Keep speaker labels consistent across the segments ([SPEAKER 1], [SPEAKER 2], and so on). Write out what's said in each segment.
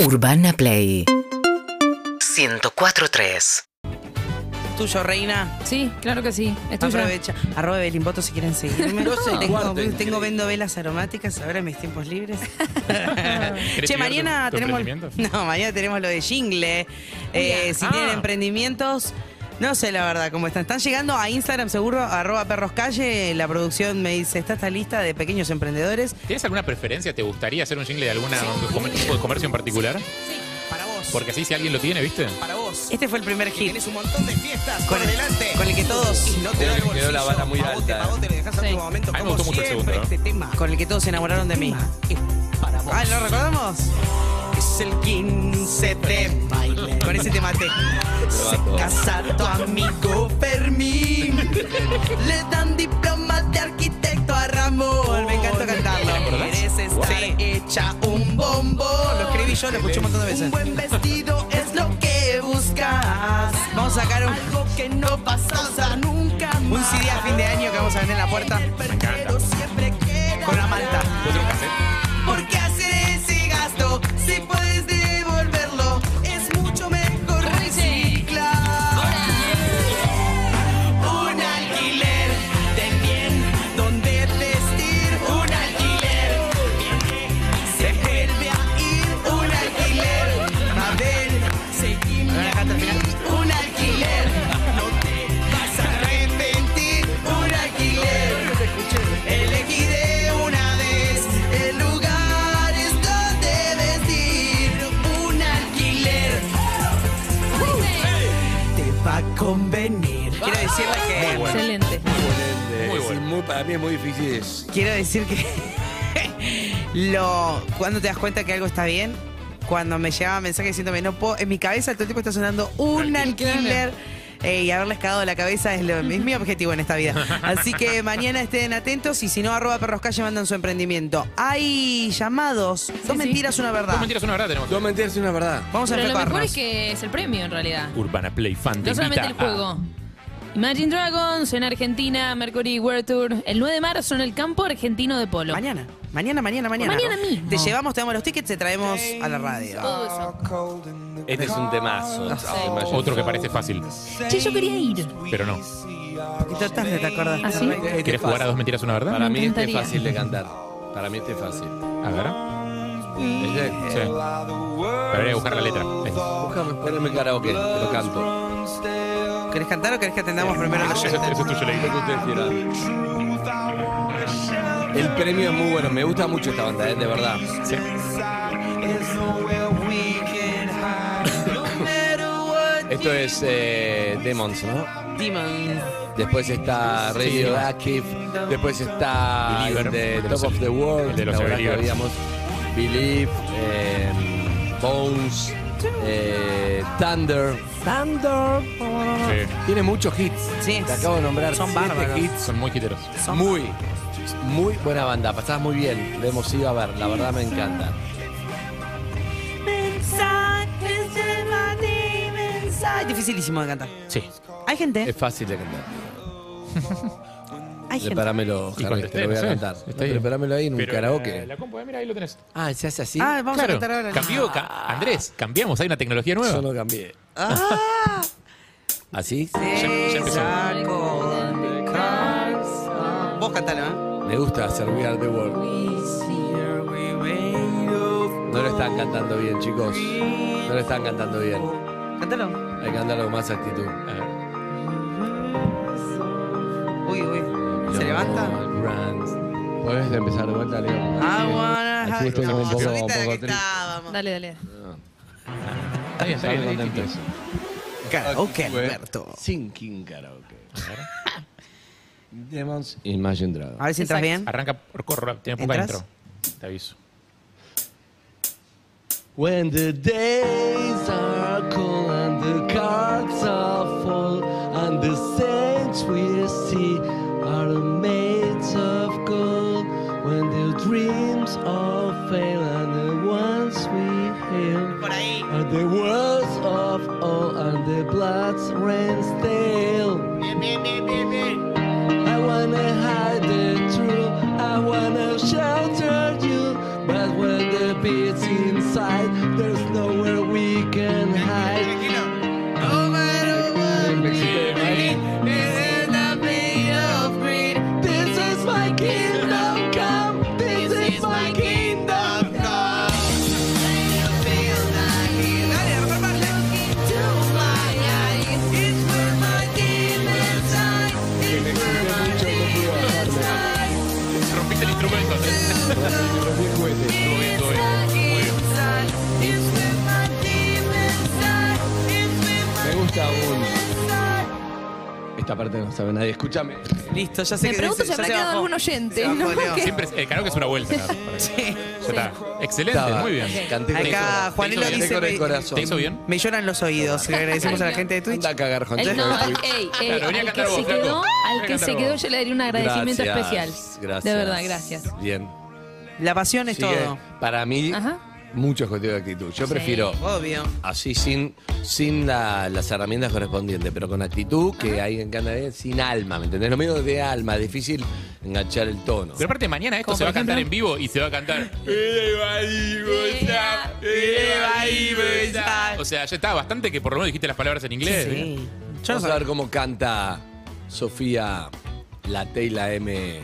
[SPEAKER 1] Urbana Play 104.3
[SPEAKER 2] Tuyo, reina.
[SPEAKER 3] Sí, claro que sí. Es tuyo.
[SPEAKER 2] Aprovecha. Arroba Belimboto si quieren seguirme. tengo, tengo vendo velas aromáticas ahora en mis tiempos libres. che,
[SPEAKER 3] Ah,
[SPEAKER 4] tirar
[SPEAKER 2] mañana
[SPEAKER 4] tu- tu
[SPEAKER 2] tenemos.
[SPEAKER 4] emprendimiento?
[SPEAKER 2] No, mañana tenemos lo de Jingle. Eh, si tienen
[SPEAKER 4] Ah.
[SPEAKER 2] emprendimientos. No sé la verdad cómo están. Están llegando a Instagram seguro, arroba perroscalle. La producción me dice, está esta lista de pequeños emprendedores.
[SPEAKER 4] ¿Tienes alguna preferencia? ¿Te gustaría hacer un jingle de algún tipo de comercio en particular?
[SPEAKER 5] Para vos.
[SPEAKER 4] Porque así si alguien lo tiene, ¿viste?
[SPEAKER 5] Para vos.
[SPEAKER 2] Este fue el primer
[SPEAKER 5] Que
[SPEAKER 2] hit.
[SPEAKER 5] Tenés un montón de fiestas
[SPEAKER 2] Con
[SPEAKER 5] por
[SPEAKER 2] el-
[SPEAKER 5] delante.
[SPEAKER 2] con el que todos-
[SPEAKER 5] Y no te da el
[SPEAKER 6] Creo que
[SPEAKER 5] bolsillo.
[SPEAKER 6] quedó la vara muy
[SPEAKER 5] Pagó, te
[SPEAKER 6] alta,
[SPEAKER 5] pagó,
[SPEAKER 6] eh.
[SPEAKER 5] te lo dejás a
[SPEAKER 3] Sí.
[SPEAKER 5] último momento.
[SPEAKER 4] A mí me
[SPEAKER 5] como
[SPEAKER 4] gustó mucho el
[SPEAKER 5] siempre,
[SPEAKER 4] segundo, ¿no?
[SPEAKER 5] Este tema.
[SPEAKER 2] Con el que todos se enamoraron de mí.
[SPEAKER 5] Es para vos.
[SPEAKER 2] Ah, ¿lo recordamos?
[SPEAKER 5] Es el 15 de baile.
[SPEAKER 2] Con ese tema te.
[SPEAKER 5] Se casa tu amigo Fermín.
[SPEAKER 2] Le dan diploma de arquitecto a Ramón. Me encantó cantarlo.
[SPEAKER 5] Querés estar
[SPEAKER 2] Sí.
[SPEAKER 5] hecha un bombón.
[SPEAKER 2] Lo escribí yo, lo escuché un montón de veces.
[SPEAKER 5] Un buen vestido es lo que buscas.
[SPEAKER 2] Vamos a sacar un,
[SPEAKER 5] Algo que no pasas a nunca más.
[SPEAKER 2] un CD a fin de año que vamos a vender en la puerta
[SPEAKER 5] Pero siempre queda
[SPEAKER 2] con la manta.
[SPEAKER 4] ¿Puedo hacer un cassette?
[SPEAKER 5] ¿Por qué hacer ese gasto si puedes devolverlo? Es mucho mejor reciclar. Un alquiler de bien donde vestir. Un alquiler se vuelve a ir. Un alquiler. A ver, seguimos. Un alquiler. No te vas a arrepentir. Un alquiler. Elegiré una vez el lugar es donde vestir un alquiler. Te va a convenir.
[SPEAKER 2] Quiero decirles que.
[SPEAKER 3] Excelente.
[SPEAKER 6] Exponente.
[SPEAKER 4] Muy
[SPEAKER 6] Es
[SPEAKER 4] bueno.
[SPEAKER 6] muy- para mí es muy difícil. es-
[SPEAKER 2] Quiero decir que. lo, cuando te das cuenta que algo está bien, cuando me llegaba mensaje diciéndome, no puedo. En mi cabeza todo el tiempo está sonando un alquiler. eh, y haberles cagado la cabeza es, lo- es mi objetivo en esta vida. Así que mañana estén atentos y si no, arroba perroscalle mandan su emprendimiento. Hay llamados. Dos
[SPEAKER 3] sí.
[SPEAKER 2] mentiras, una verdad.
[SPEAKER 4] Dos mentiras, una verdad tenemos.
[SPEAKER 6] Dos mentiras y una verdad.
[SPEAKER 2] Vamos a
[SPEAKER 3] Pero lo mejor
[SPEAKER 2] enfocarnos.
[SPEAKER 3] es que es el premio en realidad.
[SPEAKER 4] Urbana Play Fan Uh, te
[SPEAKER 3] No solamente el
[SPEAKER 4] invita a-
[SPEAKER 3] juego. Imagine Dragons en Argentina, Mercury World Tour, el 9 de marzo en el campo argentino de polo.
[SPEAKER 2] Mañana, mañana, mañana, mañana.
[SPEAKER 3] Mañana mismo.
[SPEAKER 2] Te llevamos, te damos los tickets, te traemos a la radio.
[SPEAKER 3] Todo eso.
[SPEAKER 6] Este es un temazo. Ay, Mayo.
[SPEAKER 4] Otro que parece fácil,
[SPEAKER 3] Che, yo quería ir.
[SPEAKER 4] pero no.
[SPEAKER 2] poquito tarde, ¿te acordás?
[SPEAKER 3] ¿Ah, sí?
[SPEAKER 4] ¿Quieres jugar a dos mentiras, una verdad?
[SPEAKER 6] Para mí este es
[SPEAKER 3] encantaría.
[SPEAKER 6] fácil de cantar. Para mí este es fácil. Este,
[SPEAKER 4] A ver.
[SPEAKER 6] ¿Viste?
[SPEAKER 4] Sí. Pero voy a buscar la letra. Ahí.
[SPEAKER 6] Búscame, poneme el karaoke, te lo canto.
[SPEAKER 2] ¿Querés cantar o querés que atendamos primero los
[SPEAKER 4] Eso, eso es tuyo,
[SPEAKER 6] Lo que
[SPEAKER 4] Leila.
[SPEAKER 6] ustedes quieran. El premio es muy bueno, me gusta mucho esta banda, ¿eh? de verdad.
[SPEAKER 4] Sí.
[SPEAKER 6] Esto es eh, Demons, ¿no?
[SPEAKER 2] Demon?
[SPEAKER 6] Después está Radioactive, después está
[SPEAKER 4] Believer,
[SPEAKER 6] de
[SPEAKER 4] el de
[SPEAKER 6] Top
[SPEAKER 4] los-
[SPEAKER 6] of the
[SPEAKER 4] el
[SPEAKER 6] World,
[SPEAKER 4] de los
[SPEAKER 6] la verdad que
[SPEAKER 4] Believers.
[SPEAKER 6] habíamos Believe, eh, Bones, eh, Thunder. Thunder.
[SPEAKER 4] Sí.
[SPEAKER 6] Tiene muchos hits.
[SPEAKER 2] Sí.
[SPEAKER 6] Te acabo de nombrar
[SPEAKER 2] Son
[SPEAKER 6] siete
[SPEAKER 2] bárbaros.
[SPEAKER 6] hits.
[SPEAKER 4] Son muy quiteros.
[SPEAKER 6] Muy, muy buena banda. Pasás muy bien. La hemos ido a ver. La verdad me encanta.
[SPEAKER 2] Es dificilísimo de cantar.
[SPEAKER 4] Sí.
[SPEAKER 2] Hay gente,
[SPEAKER 6] Es fácil de cantar.
[SPEAKER 2] hay gente.
[SPEAKER 6] Preparámelo,
[SPEAKER 4] Y
[SPEAKER 6] Harry, te lo voy a
[SPEAKER 4] contesté, no sé.
[SPEAKER 6] cantar.
[SPEAKER 4] Está bien.
[SPEAKER 6] Preparámelo ahí en un
[SPEAKER 4] Pero,
[SPEAKER 6] karaoke.
[SPEAKER 4] eh, La compu, eh, mira, ahí lo tenés.
[SPEAKER 6] Ah, se hace así.
[SPEAKER 2] Ah, vamos a
[SPEAKER 4] Claro.
[SPEAKER 2] cantar ahora.
[SPEAKER 4] Cambió, ca- Andrés, cambiamos. Hay una tecnología
[SPEAKER 6] Yo
[SPEAKER 4] nueva.
[SPEAKER 6] lo cambié.
[SPEAKER 2] Ah.
[SPEAKER 6] ¿Así?
[SPEAKER 4] ya empezó.
[SPEAKER 2] Exacto. Vos cantalo, ¿eh?
[SPEAKER 6] Me gusta hacer We Are the World. No lo están cantando bien, chicos. No lo están cantando bien.
[SPEAKER 2] Cántalo.
[SPEAKER 6] Hay que andar con más actitud.
[SPEAKER 4] Ah,
[SPEAKER 2] Uy, uy. ¿Se levanta? Ah,
[SPEAKER 6] Puedes empezar de vuelta, Leo.
[SPEAKER 2] I wanna
[SPEAKER 6] Así
[SPEAKER 2] have-
[SPEAKER 6] estoy como un poco-
[SPEAKER 2] Solita
[SPEAKER 6] un
[SPEAKER 2] de
[SPEAKER 6] poco
[SPEAKER 2] que
[SPEAKER 6] triste.
[SPEAKER 2] estábamos.
[SPEAKER 3] Dale, dale.
[SPEAKER 4] Está bien, está bien, es difícil.
[SPEAKER 2] Karaoke, Alberto.
[SPEAKER 6] Sinking karaoke. Demons Imagine Dragons.
[SPEAKER 2] A ver si entras
[SPEAKER 3] Exacto.
[SPEAKER 2] bien.
[SPEAKER 4] Arranca por corro, tiene poca
[SPEAKER 2] ¿Entras?
[SPEAKER 4] intro. Te aviso.
[SPEAKER 6] When the days are cold and the cards are full, and the saints we see are made of gold, when the dreams all fail and the ones we hail
[SPEAKER 2] Por ahí.
[SPEAKER 6] are the worst of all, and the blood runs stale. I wanna hide the truth, I wanna shelter you, but when the beat's inside, there's no Esta parte no sabe nadie. Escúchame.
[SPEAKER 2] Listo, ya sé
[SPEAKER 1] Me
[SPEAKER 2] que
[SPEAKER 1] pregunto si
[SPEAKER 2] ya
[SPEAKER 1] habrá
[SPEAKER 2] se
[SPEAKER 1] quedado
[SPEAKER 2] bajó.
[SPEAKER 1] algún oyente.
[SPEAKER 2] Se bajó,
[SPEAKER 1] ¿no?
[SPEAKER 2] Leo.
[SPEAKER 1] Que-
[SPEAKER 4] Siempre, es- el karaoke es una vuelta. nada más, para eso.
[SPEAKER 2] Sí.
[SPEAKER 4] Ya está. Excelente,
[SPEAKER 6] Estaba-
[SPEAKER 4] muy bien.
[SPEAKER 6] Canté con
[SPEAKER 4] Te hizo-
[SPEAKER 2] Acá
[SPEAKER 4] te
[SPEAKER 2] Juanelo
[SPEAKER 4] hizo bien.
[SPEAKER 2] dice-
[SPEAKER 6] con el
[SPEAKER 2] me-
[SPEAKER 6] corazón.
[SPEAKER 4] ¿Te hizo bien?
[SPEAKER 2] Me lloran los oídos. Le agradecemos a la
[SPEAKER 3] Ay,
[SPEAKER 2] gente de Twitch.
[SPEAKER 6] Anda a cagar, Juan.
[SPEAKER 3] Él no,
[SPEAKER 6] Deja de-
[SPEAKER 3] ey, ey,
[SPEAKER 4] Claro, venía a
[SPEAKER 3] al que
[SPEAKER 4] cantar
[SPEAKER 3] se
[SPEAKER 4] vos,
[SPEAKER 3] quedó,
[SPEAKER 4] flaco.
[SPEAKER 3] al
[SPEAKER 4] Venía a
[SPEAKER 3] que se
[SPEAKER 4] cantar
[SPEAKER 3] quedó
[SPEAKER 4] vos.
[SPEAKER 3] yo le daría un agradecimiento
[SPEAKER 6] Gracias,
[SPEAKER 3] especial.
[SPEAKER 6] Gracias.
[SPEAKER 3] De verdad, gracias.
[SPEAKER 6] Bien.
[SPEAKER 2] La pasión es
[SPEAKER 6] Sigue,
[SPEAKER 2] todo.
[SPEAKER 6] Para mí,
[SPEAKER 3] Ajá.
[SPEAKER 6] muchos objetivos de actitud. Yo
[SPEAKER 3] Sí.
[SPEAKER 6] prefiero
[SPEAKER 2] Obvio.
[SPEAKER 6] así sin, sin la- las herramientas correspondientes, pero con actitud que hay en Canadá sin alma, ¿me entendés? Lo mío es de alma, difícil enganchar el tono.
[SPEAKER 4] Pero aparte mañana esto
[SPEAKER 3] Como
[SPEAKER 4] se va a
[SPEAKER 3] por ejemplo-
[SPEAKER 4] cantar en vivo y se va a cantar O sea, ya está bastante que por lo menos dijiste las palabras en inglés.
[SPEAKER 2] Sí. Yo no
[SPEAKER 6] Vamos a ver
[SPEAKER 2] sabía.
[SPEAKER 6] cómo canta Sofía la T y la M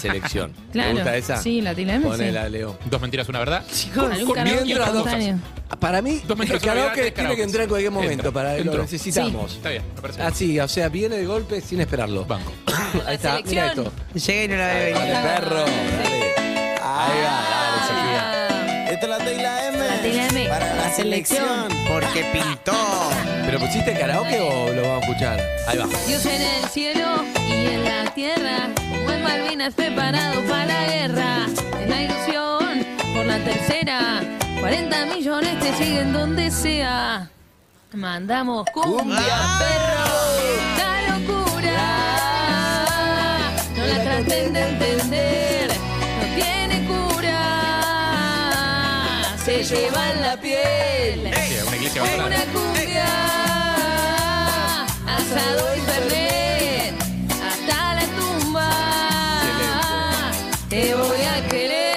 [SPEAKER 6] selección.
[SPEAKER 3] Claro.
[SPEAKER 6] ¿Te gusta esa?
[SPEAKER 3] Sí, la T y la M,
[SPEAKER 6] Ponela,
[SPEAKER 3] sí.
[SPEAKER 6] Leo.
[SPEAKER 4] Dos mentiras, una verdad.
[SPEAKER 3] Chicos, algún
[SPEAKER 4] Con-
[SPEAKER 3] karaoke
[SPEAKER 4] mientras dos-
[SPEAKER 3] espontáneo.
[SPEAKER 6] Para mí,
[SPEAKER 4] Dos
[SPEAKER 6] el
[SPEAKER 4] mentiras, una verdad,
[SPEAKER 6] karaoke
[SPEAKER 4] tres
[SPEAKER 6] tiene que
[SPEAKER 4] karaokes.
[SPEAKER 6] entrar en cualquier momento.
[SPEAKER 4] Entra,
[SPEAKER 6] para
[SPEAKER 4] entró.
[SPEAKER 6] Lo necesitamos.
[SPEAKER 4] Está bien, me parece.
[SPEAKER 6] Así, o sea, viene de golpe sin esperarlo.
[SPEAKER 4] Banco.
[SPEAKER 6] Ahí está, mira
[SPEAKER 3] selección.
[SPEAKER 6] esto.
[SPEAKER 2] Llegué y no la
[SPEAKER 6] Dale,
[SPEAKER 2] veo venir.
[SPEAKER 6] perro. Dale. Ahí va, dale, Sofía.
[SPEAKER 3] Ah,
[SPEAKER 7] Esta es la T y la M.
[SPEAKER 3] La T y la M.
[SPEAKER 7] Para la
[SPEAKER 3] La selección.
[SPEAKER 7] selección.
[SPEAKER 2] Porque pintó.
[SPEAKER 6] ¿Pero pusiste karaoke o lo vamos a escuchar? Ahí va.
[SPEAKER 3] Dios en el cielo y en la tierra, como en Malvinas preparado para la guerra. Es la ilusión por la tercera, 40 millones te siguen donde sea. Mandamos cumbia, perro, la locura. No la traten de entender, no tiene cura. Se llevan la piel.
[SPEAKER 4] Sí, Una iglesia
[SPEAKER 3] Con
[SPEAKER 4] bastante.
[SPEAKER 3] una cumbia, asado y fernet, hasta la tumba. Te voy a querer.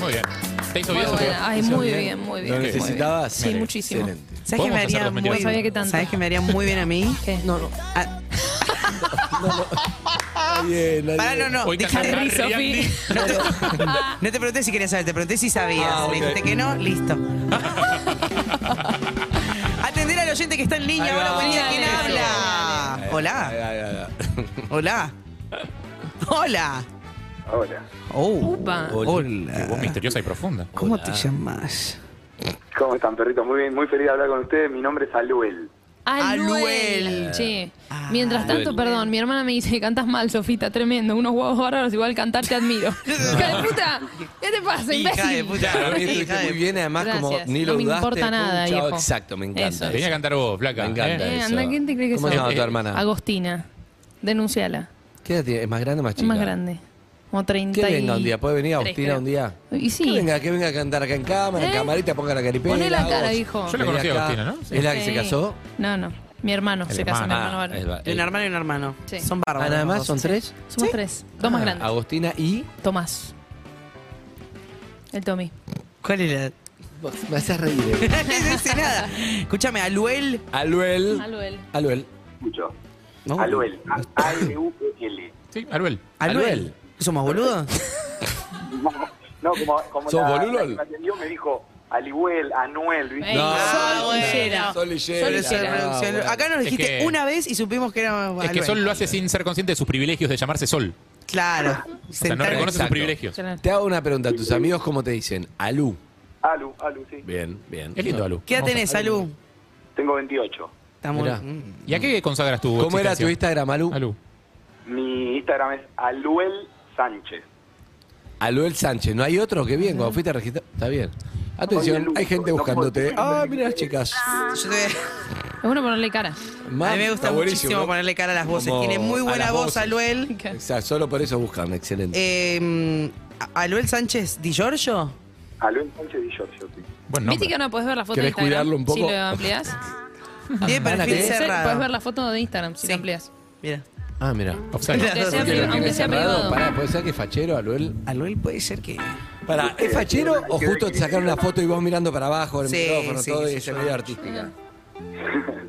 [SPEAKER 4] Muy bien. ¿Te hizo
[SPEAKER 3] Muy
[SPEAKER 4] bien? Sofía?
[SPEAKER 3] buena. Ay, muy bien, muy bien.
[SPEAKER 6] ¿Lo
[SPEAKER 3] muy bien.
[SPEAKER 6] necesitabas?
[SPEAKER 3] Sí, muchísimo.
[SPEAKER 6] Excelente.
[SPEAKER 2] ¿Sabes que
[SPEAKER 4] Podemos
[SPEAKER 2] me
[SPEAKER 4] hacer
[SPEAKER 2] haría
[SPEAKER 4] dos
[SPEAKER 2] muy
[SPEAKER 4] mentiras.
[SPEAKER 3] No sabía que tanto.
[SPEAKER 2] ¿Sabes que me haría muy bien a mí?
[SPEAKER 3] ¿Qué?
[SPEAKER 6] No, no.
[SPEAKER 2] Ah,
[SPEAKER 6] Bien, nadie-
[SPEAKER 2] pará, no, no.
[SPEAKER 4] Hoy
[SPEAKER 2] Dijiste-
[SPEAKER 4] canta
[SPEAKER 3] Henry,
[SPEAKER 4] Rihanna.
[SPEAKER 2] no, te, no te pregunté si querías saber, te pregunté si sabías.
[SPEAKER 6] Ah,
[SPEAKER 2] Me
[SPEAKER 6] ok.
[SPEAKER 2] dijiste que no, listo. Atender al oyente que está en
[SPEAKER 6] Ahí
[SPEAKER 2] línea. Hola,
[SPEAKER 6] va.
[SPEAKER 2] buen día. ¿Quién
[SPEAKER 3] Eso.
[SPEAKER 2] habla? Hola.
[SPEAKER 6] Ahí, ahí, ahí, ahí.
[SPEAKER 2] Hola. Hola.
[SPEAKER 8] Hola,
[SPEAKER 2] Oh.
[SPEAKER 3] Upa.
[SPEAKER 4] Qué voz misteriosa y profunda.
[SPEAKER 2] ¿Cómo te llamas?
[SPEAKER 8] ¿cómo están, perritos? Muy bien, muy feliz de hablar con ustedes. Mi nombre es Aluel.
[SPEAKER 3] Anuel.
[SPEAKER 2] Anuel.
[SPEAKER 3] Che.
[SPEAKER 2] Ah,
[SPEAKER 3] Mientras tanto, perdón, mi hermana me dice, cantas mal, Sofita, tremendo. Unos huevos bárbaros, igual cantar te admiro. Hija de puta, ¿qué te pasa, imbécil?
[SPEAKER 2] Hija de puta.
[SPEAKER 6] Para mí estuviste
[SPEAKER 2] Hija de
[SPEAKER 6] muy bien, además,
[SPEAKER 3] Gracias.
[SPEAKER 6] como ni
[SPEAKER 3] No
[SPEAKER 6] lo
[SPEAKER 3] me
[SPEAKER 6] dudaste.
[SPEAKER 3] importa
[SPEAKER 6] pum,
[SPEAKER 3] nada,
[SPEAKER 6] chao,
[SPEAKER 3] viejo.
[SPEAKER 6] Exacto, me encanta.
[SPEAKER 3] Eso.
[SPEAKER 4] Tenía que
[SPEAKER 6] eso.
[SPEAKER 4] cantar vos,
[SPEAKER 6] Me
[SPEAKER 4] flaca. ¿eh?
[SPEAKER 6] encanta
[SPEAKER 3] Eh,
[SPEAKER 6] eso.
[SPEAKER 3] anda, ¿quién te cree que
[SPEAKER 6] ¿Cómo se
[SPEAKER 3] sos?
[SPEAKER 6] llama tu
[SPEAKER 4] Eh,
[SPEAKER 6] hermana?
[SPEAKER 3] Agostina, denunciala.
[SPEAKER 6] ¿Qué edad tiene? ¿Es más grande o más
[SPEAKER 3] Es
[SPEAKER 6] chica?
[SPEAKER 3] más grande. Como 30
[SPEAKER 6] Que venga un día, puede venir
[SPEAKER 3] tres,
[SPEAKER 6] Agustina
[SPEAKER 3] creo.
[SPEAKER 6] un día.
[SPEAKER 3] Y sí.
[SPEAKER 6] Que venga, que venga a cantar acá en cámara, en
[SPEAKER 3] ¿Eh?
[SPEAKER 6] camarita, ponga la caripela.
[SPEAKER 3] Poné la cara,
[SPEAKER 6] vos.
[SPEAKER 3] hijo.
[SPEAKER 4] Yo la conocí a
[SPEAKER 6] Vení acá.
[SPEAKER 4] Agustina, ¿no? Sí.
[SPEAKER 6] ¿Es la que se
[SPEAKER 3] Sí.
[SPEAKER 6] casó? Ah,
[SPEAKER 3] No, no. Mi hermano
[SPEAKER 4] El
[SPEAKER 3] se casó, mi
[SPEAKER 4] hermano.
[SPEAKER 3] hermano varón.
[SPEAKER 6] es va-
[SPEAKER 2] Y un hermano y un hermano.
[SPEAKER 3] Sí.
[SPEAKER 2] Son
[SPEAKER 6] Ah,
[SPEAKER 2] bárbaros.
[SPEAKER 6] nada
[SPEAKER 2] los
[SPEAKER 6] más,
[SPEAKER 2] dos.
[SPEAKER 6] son tres.
[SPEAKER 3] Somos tres. Dos más
[SPEAKER 6] Ah,
[SPEAKER 3] grandes.
[SPEAKER 6] Agustina y.
[SPEAKER 3] Tomás. El Tommy.
[SPEAKER 2] ¿Cuál era?
[SPEAKER 6] Me haces reír.
[SPEAKER 2] no dice nada. Escúchame, Aluel.
[SPEAKER 6] Aluel.
[SPEAKER 3] Aluel.
[SPEAKER 6] Aluel.
[SPEAKER 8] Escucho.
[SPEAKER 6] No.
[SPEAKER 8] Aluel. A-L-U-E-L.
[SPEAKER 4] Sí, Arbel.
[SPEAKER 6] Aluel.
[SPEAKER 2] ¿Somos boludos?
[SPEAKER 8] No, no, como, como
[SPEAKER 6] ¿Sos
[SPEAKER 8] la, la
[SPEAKER 6] boludo?
[SPEAKER 8] que me atendió me dijo Alihuel, Anuel, ¿viste?
[SPEAKER 3] Ey,
[SPEAKER 6] No.
[SPEAKER 3] Sol
[SPEAKER 2] Ah, bueno.
[SPEAKER 3] Lillera.
[SPEAKER 6] Sol Lillera.
[SPEAKER 3] Sol
[SPEAKER 2] Pero eso es
[SPEAKER 3] Lillera.
[SPEAKER 2] reducción.
[SPEAKER 6] bueno.
[SPEAKER 2] Acá nos
[SPEAKER 4] Es
[SPEAKER 2] dijiste
[SPEAKER 4] que-
[SPEAKER 2] una vez y supimos que era
[SPEAKER 6] Oh,
[SPEAKER 4] Es que
[SPEAKER 2] Aluel.
[SPEAKER 4] Sol lo hace sin ser consciente de sus privilegios de llamarse Sol.
[SPEAKER 2] Claro.
[SPEAKER 4] O sea, no
[SPEAKER 2] Sentar-
[SPEAKER 4] reconoce sus
[SPEAKER 6] Exacto.
[SPEAKER 4] privilegios.
[SPEAKER 3] Claro.
[SPEAKER 6] Te hago una pregunta. ¿Tus amigos cómo te dicen? Alu.
[SPEAKER 8] Alu, Alu, sí.
[SPEAKER 6] Bien, bien.
[SPEAKER 4] Es lindo, Alu.
[SPEAKER 2] ¿Qué edad tenés, Alu?
[SPEAKER 8] Tengo 28.
[SPEAKER 2] Estamos.
[SPEAKER 6] Mirá.
[SPEAKER 2] Mm.
[SPEAKER 4] ¿Y a qué consagras tu
[SPEAKER 6] ¿Cómo era tu
[SPEAKER 4] existencia?
[SPEAKER 6] Instagram, Alu?
[SPEAKER 4] Alu.
[SPEAKER 8] Mi Instagram es Aluel Sánchez.
[SPEAKER 6] Aluel Sánchez. ¿No hay otro? Qué bien, cuando fuiste a registrar. Está bien. Atención, hay gente buscándote. Ah, mira las chicas.
[SPEAKER 2] Yo te voy a-
[SPEAKER 3] Es bueno ponerle cara.
[SPEAKER 6] Man,
[SPEAKER 2] a mí me
[SPEAKER 6] está
[SPEAKER 2] gusta
[SPEAKER 6] buenísimo,
[SPEAKER 2] muchísimo
[SPEAKER 6] ¿no?
[SPEAKER 2] ponerle cara a las voces.
[SPEAKER 6] Como
[SPEAKER 2] Tiene muy
[SPEAKER 6] a
[SPEAKER 2] buena
[SPEAKER 6] las
[SPEAKER 2] voz,
[SPEAKER 6] voces.
[SPEAKER 2] Aluel.
[SPEAKER 6] Exacto, solo por eso buscan, excelente.
[SPEAKER 2] Eh, Aluel Sánchez Di Giorgio.
[SPEAKER 8] Aluel Sánchez y Giorgio, sí.
[SPEAKER 4] Buen
[SPEAKER 3] ¿Viste que
[SPEAKER 4] nombre.
[SPEAKER 3] no podés ver la foto de
[SPEAKER 6] ¿Querés
[SPEAKER 3] Instagram?
[SPEAKER 6] cuidarlo un poco?
[SPEAKER 3] Si lo ampliás.
[SPEAKER 2] Tiene perfil
[SPEAKER 6] Ana, ¿qué?
[SPEAKER 3] Puede ser, Podés ver
[SPEAKER 2] cerrado.
[SPEAKER 3] la foto de Instagram si
[SPEAKER 2] Sí.
[SPEAKER 3] lo ampliás.
[SPEAKER 2] Mira.
[SPEAKER 6] Ah, mira.
[SPEAKER 4] Offside.
[SPEAKER 3] Aunque
[SPEAKER 2] Porque
[SPEAKER 3] sea,
[SPEAKER 6] ¿Lo
[SPEAKER 3] pri- aunque
[SPEAKER 6] tiene
[SPEAKER 3] sea
[SPEAKER 6] cerrado?
[SPEAKER 3] privado.
[SPEAKER 6] Pará, ¿puede ser que es fachero, Aluel?
[SPEAKER 2] Aluel puede ser que.
[SPEAKER 6] Pará, ¿es fachero o justo te sacaron una foto y vos mirando para abajo el
[SPEAKER 2] Sí,
[SPEAKER 6] micrófono
[SPEAKER 2] sí,
[SPEAKER 6] todo
[SPEAKER 2] sí,
[SPEAKER 6] y ese
[SPEAKER 2] yo-
[SPEAKER 6] medio artística?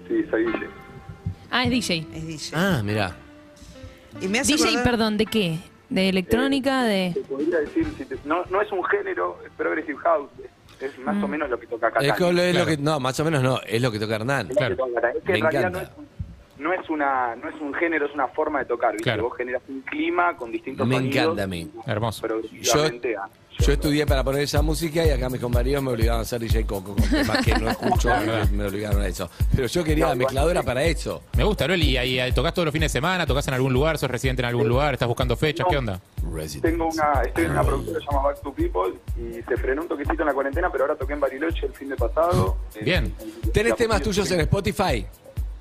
[SPEAKER 8] sí, soy DJ.
[SPEAKER 3] Ah, es DJ.
[SPEAKER 2] Es DJ.
[SPEAKER 6] Ah, mira.
[SPEAKER 2] Y me hace
[SPEAKER 3] DJ,
[SPEAKER 2] acordar-
[SPEAKER 3] perdón, ¿de qué? ¿De electrónica?
[SPEAKER 8] Te
[SPEAKER 3] ¿De...?
[SPEAKER 8] podría decir, si te- no, no es un género, es Progressive House. Es, es más o menos lo que toca Catán.
[SPEAKER 6] Es que lo- es lo
[SPEAKER 4] Claro.
[SPEAKER 6] que, no, más o menos no, es lo que toca Hernán.
[SPEAKER 8] Es lo que
[SPEAKER 4] Claro.
[SPEAKER 8] toca Catán. Es que
[SPEAKER 6] Me
[SPEAKER 8] en realidad no
[SPEAKER 6] encanta.
[SPEAKER 8] es, un- no es una no es un género, es una forma de tocar. ¿viste?
[SPEAKER 4] Claro.
[SPEAKER 8] Vos generas un clima con distintos
[SPEAKER 6] Me
[SPEAKER 8] sonidos.
[SPEAKER 6] encanta a mí.
[SPEAKER 4] Hermoso.
[SPEAKER 8] progresivamente a-
[SPEAKER 6] Yo estudié para poner esa música y acá mis compañeros me obligaban a hacer DJ Coco, más que no escucho, me, me obligaron a eso. Pero yo quería la mezcladora para eso.
[SPEAKER 4] Me gusta, Loli. Y ahí, ahí tocas todos los fines de semana, tocas en algún lugar, sos residente en algún lugar, estás buscando fechas, ¿qué onda?
[SPEAKER 8] Tengo una, estoy en una productora llamada Back to People y se frenó un toquecito en la cuarentena, pero ahora toqué en Bariloche el fin de pasado.
[SPEAKER 4] Bien.
[SPEAKER 6] ¿Tenés temas tuyos en Spotify?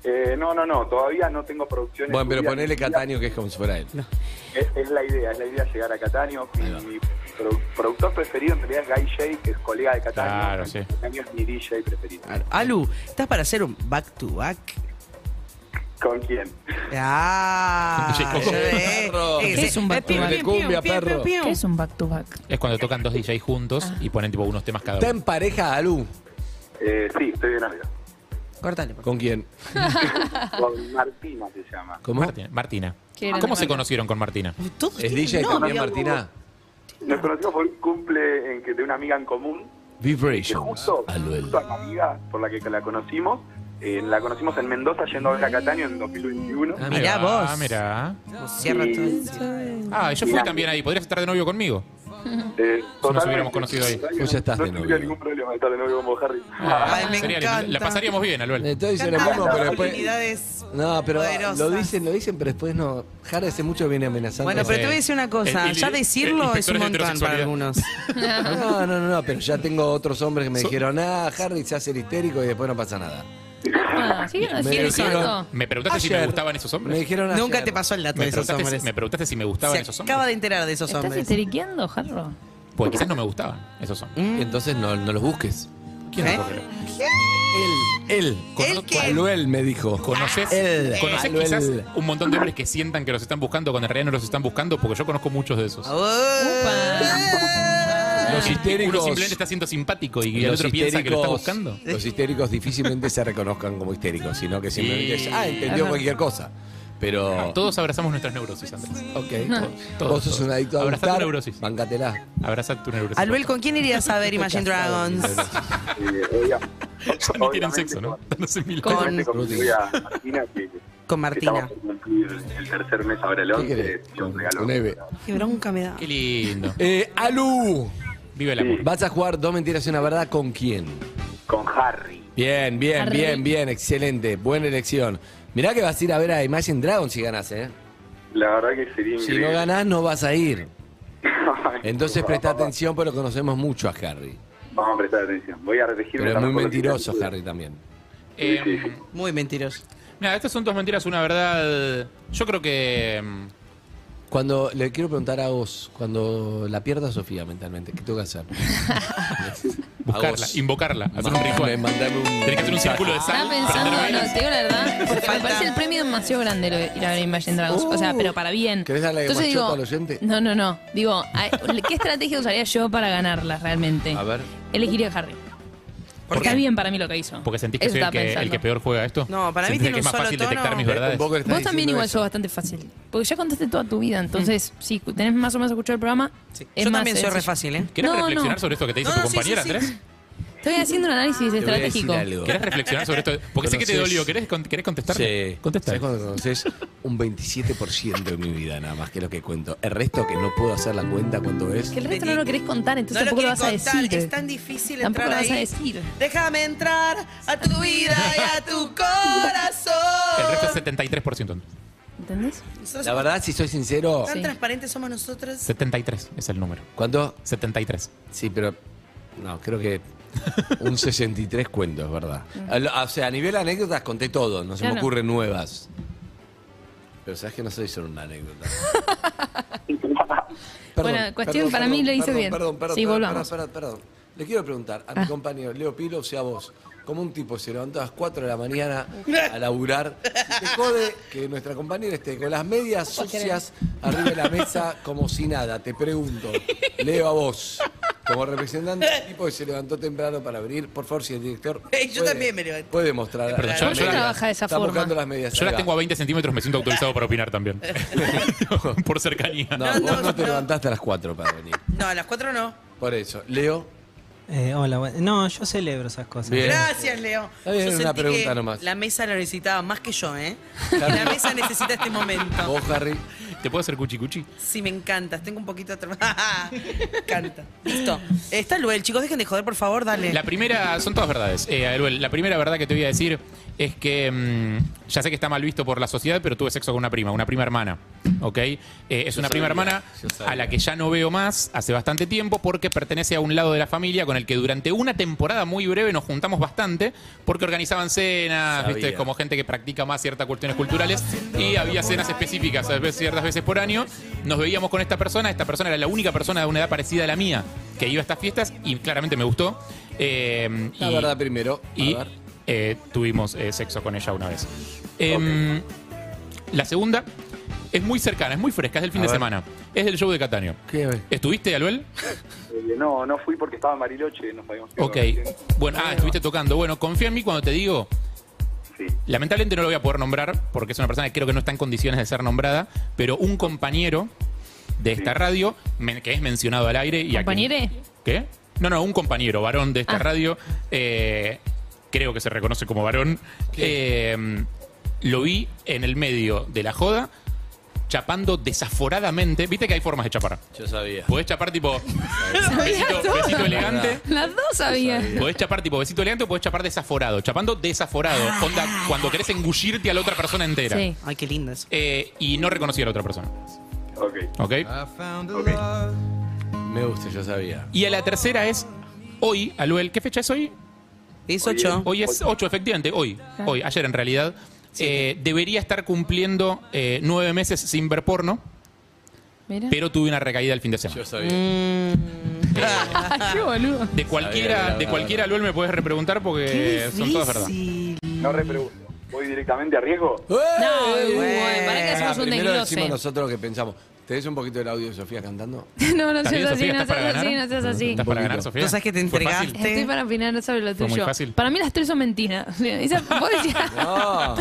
[SPEAKER 8] Eh, no, no, no, todavía no tengo producciones.
[SPEAKER 6] Bueno, pero
[SPEAKER 8] subidas.
[SPEAKER 6] ponele Cataño que es como si fuera él.
[SPEAKER 8] Es, es la idea, es la idea llegar a Cataño. Mi, mi produ- productor preferido en realidad es Guy J, que es colega de Cataño.
[SPEAKER 4] Claro, sí. Ah.
[SPEAKER 8] Cataño es mi DJ preferido.
[SPEAKER 2] Claro. Alu, ¿estás para hacer un back to back?
[SPEAKER 8] ¿Con quién?
[SPEAKER 2] Ah,
[SPEAKER 4] Sí, ¿cómo?
[SPEAKER 2] yo, eh,
[SPEAKER 6] Perro.
[SPEAKER 2] eh,
[SPEAKER 1] ¿Qué es un
[SPEAKER 2] eh,
[SPEAKER 1] back to
[SPEAKER 2] piu,
[SPEAKER 1] back?
[SPEAKER 2] piu, piu,
[SPEAKER 6] Cumbia,
[SPEAKER 2] piu,
[SPEAKER 6] perro.
[SPEAKER 2] piu.
[SPEAKER 1] ¿Qué es un back to back?
[SPEAKER 4] Es cuando tocan dos DJs juntos y ponen tipo unos temas cada
[SPEAKER 6] ¿Está
[SPEAKER 4] uno.
[SPEAKER 6] en pareja, Alu?
[SPEAKER 8] Eh, sí, estoy bien amigo.
[SPEAKER 2] Cortale. por favor.
[SPEAKER 6] ¿Con quién?
[SPEAKER 8] Con Martina se llama.
[SPEAKER 6] ¿Cómo?
[SPEAKER 4] Martina. Martina.
[SPEAKER 1] Qué grande,
[SPEAKER 4] ¿Cómo se
[SPEAKER 1] Martina.
[SPEAKER 4] conocieron con Martina?
[SPEAKER 2] Todos
[SPEAKER 6] ¿Es
[SPEAKER 2] tienen
[SPEAKER 6] DJ
[SPEAKER 2] novio.
[SPEAKER 6] también, Martina?
[SPEAKER 8] Nos conocimos por un cumple en que, de una amiga en común, que
[SPEAKER 6] Vibration.
[SPEAKER 8] justo,
[SPEAKER 4] ah,
[SPEAKER 2] Ah,
[SPEAKER 8] justo a la amiga por la que la conocimos, eh, la conocimos en Mendoza yendo a ver a Cataño en 2021.
[SPEAKER 6] Ah,
[SPEAKER 4] Ahí
[SPEAKER 2] Mirá
[SPEAKER 4] va,
[SPEAKER 2] vos.
[SPEAKER 4] Mirá.
[SPEAKER 2] Nos cierra
[SPEAKER 8] Sí.
[SPEAKER 2] todo el-
[SPEAKER 4] Ah, yo fui
[SPEAKER 8] Mirá.
[SPEAKER 4] también ahí. ¿Podrías estar de novio conmigo?
[SPEAKER 8] Eh,
[SPEAKER 4] nos
[SPEAKER 8] totalmente.
[SPEAKER 4] hubiéramos conocido ahí.
[SPEAKER 6] Vos ya estás
[SPEAKER 8] no
[SPEAKER 6] de
[SPEAKER 8] tendría
[SPEAKER 6] novio.
[SPEAKER 8] ningún problema de estar de novio como Harry.
[SPEAKER 4] Ah.
[SPEAKER 2] Ay, me
[SPEAKER 4] Sería
[SPEAKER 2] encanta.
[SPEAKER 4] lindo. La pasaríamos bien,
[SPEAKER 6] Le
[SPEAKER 4] Albert.
[SPEAKER 6] estoy diciendo lo
[SPEAKER 2] Encantan
[SPEAKER 6] mismo,
[SPEAKER 2] las
[SPEAKER 6] pero después...
[SPEAKER 2] oportunidades
[SPEAKER 6] No, pero
[SPEAKER 2] poderosas.
[SPEAKER 6] lo dicen, lo dicen, pero después no. Jara hace mucho viene amenazando.
[SPEAKER 2] Bueno, pero
[SPEAKER 4] Sí.
[SPEAKER 2] te voy a decir una cosa.
[SPEAKER 4] El- el-
[SPEAKER 2] ya decirlo
[SPEAKER 4] el-
[SPEAKER 2] es un
[SPEAKER 4] inspectores de
[SPEAKER 2] montón para
[SPEAKER 4] heterosexualidad.
[SPEAKER 2] algunos.
[SPEAKER 6] No, no, no, no, pero ya tengo otros hombres que me dijeron, ah, Harry se hace el histérico y después no pasa nada.
[SPEAKER 1] Ah, sí,
[SPEAKER 6] Me
[SPEAKER 1] sí,
[SPEAKER 6] dijeron-
[SPEAKER 1] exacto.
[SPEAKER 4] Me preguntaste si me
[SPEAKER 6] Ayer.
[SPEAKER 4] gustaban esos
[SPEAKER 6] Me
[SPEAKER 4] hombres.
[SPEAKER 6] dijeron
[SPEAKER 2] Nunca
[SPEAKER 6] ayer.
[SPEAKER 2] te pasó el dato
[SPEAKER 4] Me
[SPEAKER 2] de esos
[SPEAKER 4] preguntaste,
[SPEAKER 2] hombres.
[SPEAKER 4] si, me preguntaste si me gustaban esos
[SPEAKER 2] Se acaba de
[SPEAKER 4] hombres.
[SPEAKER 2] enterar de esos
[SPEAKER 1] ¿Estás
[SPEAKER 2] hombres.
[SPEAKER 1] histeriqueando, Jarro?
[SPEAKER 4] Pues quizás no me gustaban esos hombres.
[SPEAKER 2] Mm.
[SPEAKER 6] Entonces no, no los busques.
[SPEAKER 4] ¿Quién
[SPEAKER 2] ¿Eh?
[SPEAKER 4] te cogerá?
[SPEAKER 6] Él.
[SPEAKER 2] ¿El
[SPEAKER 6] Él.
[SPEAKER 2] qué?
[SPEAKER 6] Aluel me dijo.
[SPEAKER 4] ¿Conoces,
[SPEAKER 6] Él.
[SPEAKER 4] conoces
[SPEAKER 6] Aluel.
[SPEAKER 4] quizás un montón de hombres que sientan que los están buscando cuando en realidad no los están buscando? Porque yo conozco muchos de esos.
[SPEAKER 2] Upa.
[SPEAKER 6] Los
[SPEAKER 4] Uno
[SPEAKER 6] histéricos.
[SPEAKER 4] simplemente está siendo simpático y el
[SPEAKER 6] los
[SPEAKER 4] otro piensa que lo está
[SPEAKER 6] histéricos-
[SPEAKER 4] buscando.
[SPEAKER 6] Los histéricos difícilmente se reconozcan como histéricos, sino que simplemente
[SPEAKER 4] Sí.
[SPEAKER 6] es, ah, entendió cualquier cosa. Pero.
[SPEAKER 4] Ah, Todos abrazamos nuestras neurosis, Andrés.
[SPEAKER 6] Ok.
[SPEAKER 4] Todos,
[SPEAKER 6] Vos sos
[SPEAKER 4] todos.
[SPEAKER 6] un adicto a
[SPEAKER 4] Abrazá tu
[SPEAKER 6] gustar.
[SPEAKER 4] neurosis.
[SPEAKER 6] Bancatela.
[SPEAKER 4] Abraza tu neurosis.
[SPEAKER 2] Albel, ¿con quién irías a ver Imagine Dragons?
[SPEAKER 8] Eh,
[SPEAKER 4] Ya
[SPEAKER 8] obvia-
[SPEAKER 4] ni tienen
[SPEAKER 8] obviamente
[SPEAKER 4] sexo, ¿no? Están hace mil
[SPEAKER 2] Con-
[SPEAKER 4] años.
[SPEAKER 8] Obviamente con mi novia Martina, que, que
[SPEAKER 2] Con Martina.
[SPEAKER 8] estamos por cumplir el tercer mes ahora el
[SPEAKER 6] ¿Qué
[SPEAKER 8] 11,
[SPEAKER 6] querés?
[SPEAKER 8] y un regalo.
[SPEAKER 6] Un Eve.
[SPEAKER 2] Qué bronca me da.
[SPEAKER 4] Qué lindo.
[SPEAKER 6] Eh, Alu.
[SPEAKER 4] Vive el amor.
[SPEAKER 6] Vas a jugar dos mentiras y una verdad con quién.
[SPEAKER 8] Con Harry.
[SPEAKER 6] Bien, bien,
[SPEAKER 1] Harry.
[SPEAKER 6] bien, bien. Excelente. Buena elección. Mirá que vas a ir a ver a Imagine Dragons si ganás, ¿eh?
[SPEAKER 8] La verdad que sería
[SPEAKER 6] Si no
[SPEAKER 8] increíble.
[SPEAKER 6] ganás, no vas a ir. Entonces presta
[SPEAKER 8] Vamos,
[SPEAKER 6] atención, pero conocemos mucho a Harry.
[SPEAKER 8] Vamos a prestar atención. Voy a regirme.
[SPEAKER 6] Pero es muy
[SPEAKER 8] también por lo que
[SPEAKER 6] mentiroso
[SPEAKER 8] dice.
[SPEAKER 6] Harry también.
[SPEAKER 4] Eh,
[SPEAKER 8] Sí, sí.
[SPEAKER 2] Muy mentiroso.
[SPEAKER 4] mira, estas son dos mentiras, una verdad. Yo creo que. mm,
[SPEAKER 6] Cuando le quiero preguntar a vos, cuando la pierda Sofía mentalmente, ¿qué tengo que hacer? A
[SPEAKER 4] Buscarla,
[SPEAKER 6] vos.
[SPEAKER 4] invocarla, hacer un
[SPEAKER 6] Mandame-
[SPEAKER 4] ritual.
[SPEAKER 6] mandame un-
[SPEAKER 4] Tenés que hacer un círculo de
[SPEAKER 1] Estaba
[SPEAKER 4] sal.
[SPEAKER 1] pensando,
[SPEAKER 4] prender
[SPEAKER 1] no,
[SPEAKER 4] velas.
[SPEAKER 1] te digo la verdad, porque me parece el premio demasiado grande lo de ir a ver Imagine Dragons. o sea, pero para bien.
[SPEAKER 6] Uh. ¿Querés darle de
[SPEAKER 1] Entonces
[SPEAKER 6] machota
[SPEAKER 1] digo,
[SPEAKER 6] al oyente?
[SPEAKER 1] No, no, no. Digo, ay, ¿qué estrategia usaría yo para ganarla realmente?
[SPEAKER 6] A ver.
[SPEAKER 1] Elegiría a Harry.
[SPEAKER 4] ¿Por
[SPEAKER 1] Está
[SPEAKER 4] qué?
[SPEAKER 1] bien para mí lo que hizo.
[SPEAKER 4] Porque sentís que
[SPEAKER 1] Eso
[SPEAKER 4] soy el
[SPEAKER 1] estaba
[SPEAKER 4] que, el
[SPEAKER 1] pensando.
[SPEAKER 4] que peor juega esto.
[SPEAKER 2] No, para mí
[SPEAKER 4] ¿Sentís
[SPEAKER 2] tiene
[SPEAKER 4] que
[SPEAKER 2] un
[SPEAKER 4] es más
[SPEAKER 2] solo
[SPEAKER 4] fácil
[SPEAKER 2] tono.
[SPEAKER 4] detectar mis
[SPEAKER 2] Eh,
[SPEAKER 4] verdades.
[SPEAKER 6] Vos que estás
[SPEAKER 1] Vos también
[SPEAKER 6] diciendo
[SPEAKER 1] igual
[SPEAKER 6] eso.
[SPEAKER 1] sos bastante fácil. Porque ya contaste toda tu vida, entonces si tenés más o menos escuchado el programa,
[SPEAKER 2] Sí.
[SPEAKER 1] es
[SPEAKER 2] Yo
[SPEAKER 1] más
[SPEAKER 2] también soy
[SPEAKER 1] sencillo.
[SPEAKER 2] re fácil, ¿eh?
[SPEAKER 4] ¿Querés
[SPEAKER 1] No,
[SPEAKER 4] reflexionar
[SPEAKER 1] no.
[SPEAKER 4] sobre esto que te hizo
[SPEAKER 2] No,
[SPEAKER 4] tu
[SPEAKER 2] no, sí,
[SPEAKER 4] compañera,
[SPEAKER 2] sí, sí.
[SPEAKER 4] Andrés?
[SPEAKER 1] Estoy haciendo un análisis
[SPEAKER 6] voy a decir
[SPEAKER 1] estratégico.
[SPEAKER 6] algo.
[SPEAKER 4] ¿Querés reflexionar sobre esto? Porque sé que te
[SPEAKER 6] ¿Conoces?
[SPEAKER 4] dolió. ¿Querés, con- querés contestar?
[SPEAKER 6] Sí.
[SPEAKER 4] Contesta.
[SPEAKER 6] ¿Sabés cuando conoces un 27% de mi vida nada más que lo que cuento? El resto que no puedo hacer la cuenta cuánto es.
[SPEAKER 1] Que el resto no lo querés contar, entonces
[SPEAKER 2] no lo
[SPEAKER 1] tampoco lo
[SPEAKER 2] quiero
[SPEAKER 1] vas a
[SPEAKER 2] contar,
[SPEAKER 1] decir.
[SPEAKER 2] es tan difícil
[SPEAKER 1] Tampoco lo
[SPEAKER 2] entrar
[SPEAKER 1] vas a
[SPEAKER 2] ahí.
[SPEAKER 1] decir.
[SPEAKER 2] Déjame entrar a tu vida y a tu
[SPEAKER 4] El resto es
[SPEAKER 2] corazón.
[SPEAKER 4] 73%.
[SPEAKER 1] ¿Entendés?
[SPEAKER 2] Nosotros
[SPEAKER 6] La verdad, si soy sincero,
[SPEAKER 2] tan
[SPEAKER 1] Sí.
[SPEAKER 2] transparentes somos nosotros.
[SPEAKER 4] 73 es el número.
[SPEAKER 6] ¿cuánto?
[SPEAKER 4] 73.
[SPEAKER 6] Sí, pero no, creo que un 63 cuento, es verdad. A lo- O sea, a nivel anécdotas conté todo, no se me
[SPEAKER 1] Mm. Claro.
[SPEAKER 6] ocurren nuevas. Pero sabes que no soy solo una anécdota.
[SPEAKER 1] Bueno, cuestión, para mí lo hice bien.
[SPEAKER 6] Perdón, perdón,
[SPEAKER 1] Sí,
[SPEAKER 6] perdón,
[SPEAKER 1] volvamos. Ah.
[SPEAKER 6] perdón, perdón, perdón. Le quiero preguntar a mi compañero Leo Pilo, o sea, vos, como un tipo se levantó a las 4 de la mañana a laburar, te jode que nuestra compañera esté con las medias sucias arriba de la mesa como si nada. Te pregunto, Leo, a vos, como representante del tipo que se levantó temprano para venir, por favor, si el director.
[SPEAKER 2] Ey, yo también me levanté.
[SPEAKER 6] Puede mostrar.
[SPEAKER 4] perdón,
[SPEAKER 6] las
[SPEAKER 4] yo- yo
[SPEAKER 6] medias.
[SPEAKER 1] trabaja de esa
[SPEAKER 6] Está
[SPEAKER 1] forma.
[SPEAKER 6] buscando las medias.
[SPEAKER 4] Yo
[SPEAKER 6] ahí
[SPEAKER 4] las
[SPEAKER 6] va.
[SPEAKER 4] tengo a 20 centímetros, me siento autorizado para opinar también. Por cercanía.
[SPEAKER 6] No,
[SPEAKER 2] No,
[SPEAKER 6] vos
[SPEAKER 2] no,
[SPEAKER 6] no te
[SPEAKER 2] no.
[SPEAKER 6] levantaste a las 4 para venir.
[SPEAKER 2] No, a las cuatro no.
[SPEAKER 6] Por eso, Leo.
[SPEAKER 7] Eh, hola, bu- no, yo celebro esas cosas.
[SPEAKER 4] Eh,
[SPEAKER 6] Bien.
[SPEAKER 2] Gracias, Leo.
[SPEAKER 6] Está bien,
[SPEAKER 2] yo
[SPEAKER 6] una
[SPEAKER 2] sentí
[SPEAKER 6] pregunta
[SPEAKER 2] que
[SPEAKER 6] nomás.
[SPEAKER 2] la mesa lo necesitaba más que yo, ¿eh?
[SPEAKER 6] Claro.
[SPEAKER 2] La mesa necesita este momento.
[SPEAKER 6] Vos, Harry.
[SPEAKER 4] ¿Te puedo hacer cuchi cuchi?
[SPEAKER 2] Sí, me encantas. Tengo un poquito de Me Canta. Listo. Está Luel, chicos, dejen de joder, por favor, dale.
[SPEAKER 4] La primera, son todas verdades. Eh, Aeruel, la primera verdad que te voy a decir es que mm, ya sé que está mal visto por la sociedad, pero tuve sexo con una prima, una prima hermana. ¿Ok? Eh, es
[SPEAKER 6] Yo
[SPEAKER 4] una prima
[SPEAKER 6] sabía,
[SPEAKER 4] hermana
[SPEAKER 6] yo sabía.
[SPEAKER 4] a la que ya no veo más hace bastante tiempo porque pertenece a un lado de la familia con el que durante una temporada muy breve nos juntamos bastante porque organizaban cenas,
[SPEAKER 6] Sabía.
[SPEAKER 4] ¿viste? Como gente que practica más ciertas cuestiones culturales y había cenas específicas, a veces- ciertas veces por año. Nos veíamos con esta persona, esta persona era la única persona de una edad parecida a la mía que iba a estas fiestas y claramente me gustó. Eh,
[SPEAKER 6] La
[SPEAKER 4] y-
[SPEAKER 6] verdad primero.
[SPEAKER 4] y
[SPEAKER 6] a ver.
[SPEAKER 4] eh, tuvimos eh, sexo con ella una vez. Em, La segunda es muy cercana, es muy fresca, es del fin
[SPEAKER 6] A
[SPEAKER 4] de
[SPEAKER 6] ver.
[SPEAKER 4] semana. Es del show de Cataño.
[SPEAKER 6] ¿Qué?
[SPEAKER 4] ¿Estuviste, Aluel?
[SPEAKER 8] Eh, no, no fui porque estaba en Mariloche, nos habíamos quedado
[SPEAKER 4] Ok.
[SPEAKER 8] recién.
[SPEAKER 4] Bueno, ah, estuviste tocando. Bueno, confía en mí cuando te digo.
[SPEAKER 8] Sí.
[SPEAKER 4] Lamentablemente no lo voy a poder nombrar porque es una persona que creo que no está en condiciones de ser nombrada, pero un compañero de esta
[SPEAKER 8] Sí.
[SPEAKER 4] radio, men- que es mencionado al aire. y a quien-
[SPEAKER 1] ¿Compañere?
[SPEAKER 4] ¿Qué? No, no, un compañero varón de esta
[SPEAKER 1] Ah.
[SPEAKER 4] radio, eh, creo que se reconoce como varón, eh, lo vi en el medio de la joda chapando desaforadamente. Viste que hay formas de chapar.
[SPEAKER 6] Yo sabía.
[SPEAKER 4] Podés chapar tipo besito, besito elegante.
[SPEAKER 1] Las dos sabían.
[SPEAKER 4] Podés chapar tipo besito elegante o podés chapar desaforado. Chapando desaforado.
[SPEAKER 2] Ah.
[SPEAKER 4] Onda, cuando querés engullirte a la otra persona entera.
[SPEAKER 1] Sí.
[SPEAKER 2] Ay, qué lindo eso.
[SPEAKER 4] Eh, y no reconocí a la otra persona.
[SPEAKER 8] Ok.
[SPEAKER 4] ¿Ok?
[SPEAKER 8] Ok.
[SPEAKER 6] Me gusta, yo sabía.
[SPEAKER 4] Y a la tercera es hoy, Aluel. ¿Qué fecha es hoy?
[SPEAKER 2] Es ocho.
[SPEAKER 4] Hoy es 8, efectivamente, hoy.
[SPEAKER 2] Ah.
[SPEAKER 4] Hoy, ayer en realidad. Eh, debería estar cumpliendo eh, nueve meses sin ver porno,
[SPEAKER 1] Mira.
[SPEAKER 4] pero tuve una recaída el fin de semana.
[SPEAKER 6] Yo sabía. ¡Eh!
[SPEAKER 1] Qué boludo.
[SPEAKER 4] De cualquiera,
[SPEAKER 6] Sabía,
[SPEAKER 4] de
[SPEAKER 6] la
[SPEAKER 4] cualquiera, Luel, me puedes repreguntar porque son todas verdad.
[SPEAKER 8] No repregunto. ¿Voy directamente a riesgo?
[SPEAKER 1] No,
[SPEAKER 6] ¡Eh!
[SPEAKER 1] güey, para que
[SPEAKER 6] Ah,
[SPEAKER 1] hacemos un
[SPEAKER 6] primero decimos
[SPEAKER 1] desglose.
[SPEAKER 6] nosotros lo que pensamos. ¿Tenés un poquito del audio de Sofía cantando?
[SPEAKER 1] No, no
[SPEAKER 4] ¿También,
[SPEAKER 1] seas así,
[SPEAKER 4] Sofía,
[SPEAKER 1] no
[SPEAKER 4] estás para
[SPEAKER 1] seas
[SPEAKER 4] ganar?
[SPEAKER 1] así, no seas así.
[SPEAKER 4] ¿Estás para ganar, Sofía?
[SPEAKER 2] ¿No sabes que te
[SPEAKER 4] Fue fácil.
[SPEAKER 2] entregaste?
[SPEAKER 1] Estoy para opinar sobre lo
[SPEAKER 4] Fue
[SPEAKER 1] tuyo.
[SPEAKER 4] muy fácil.
[SPEAKER 1] Para mí las tres son mentiras. Esa, vos decías,
[SPEAKER 6] No.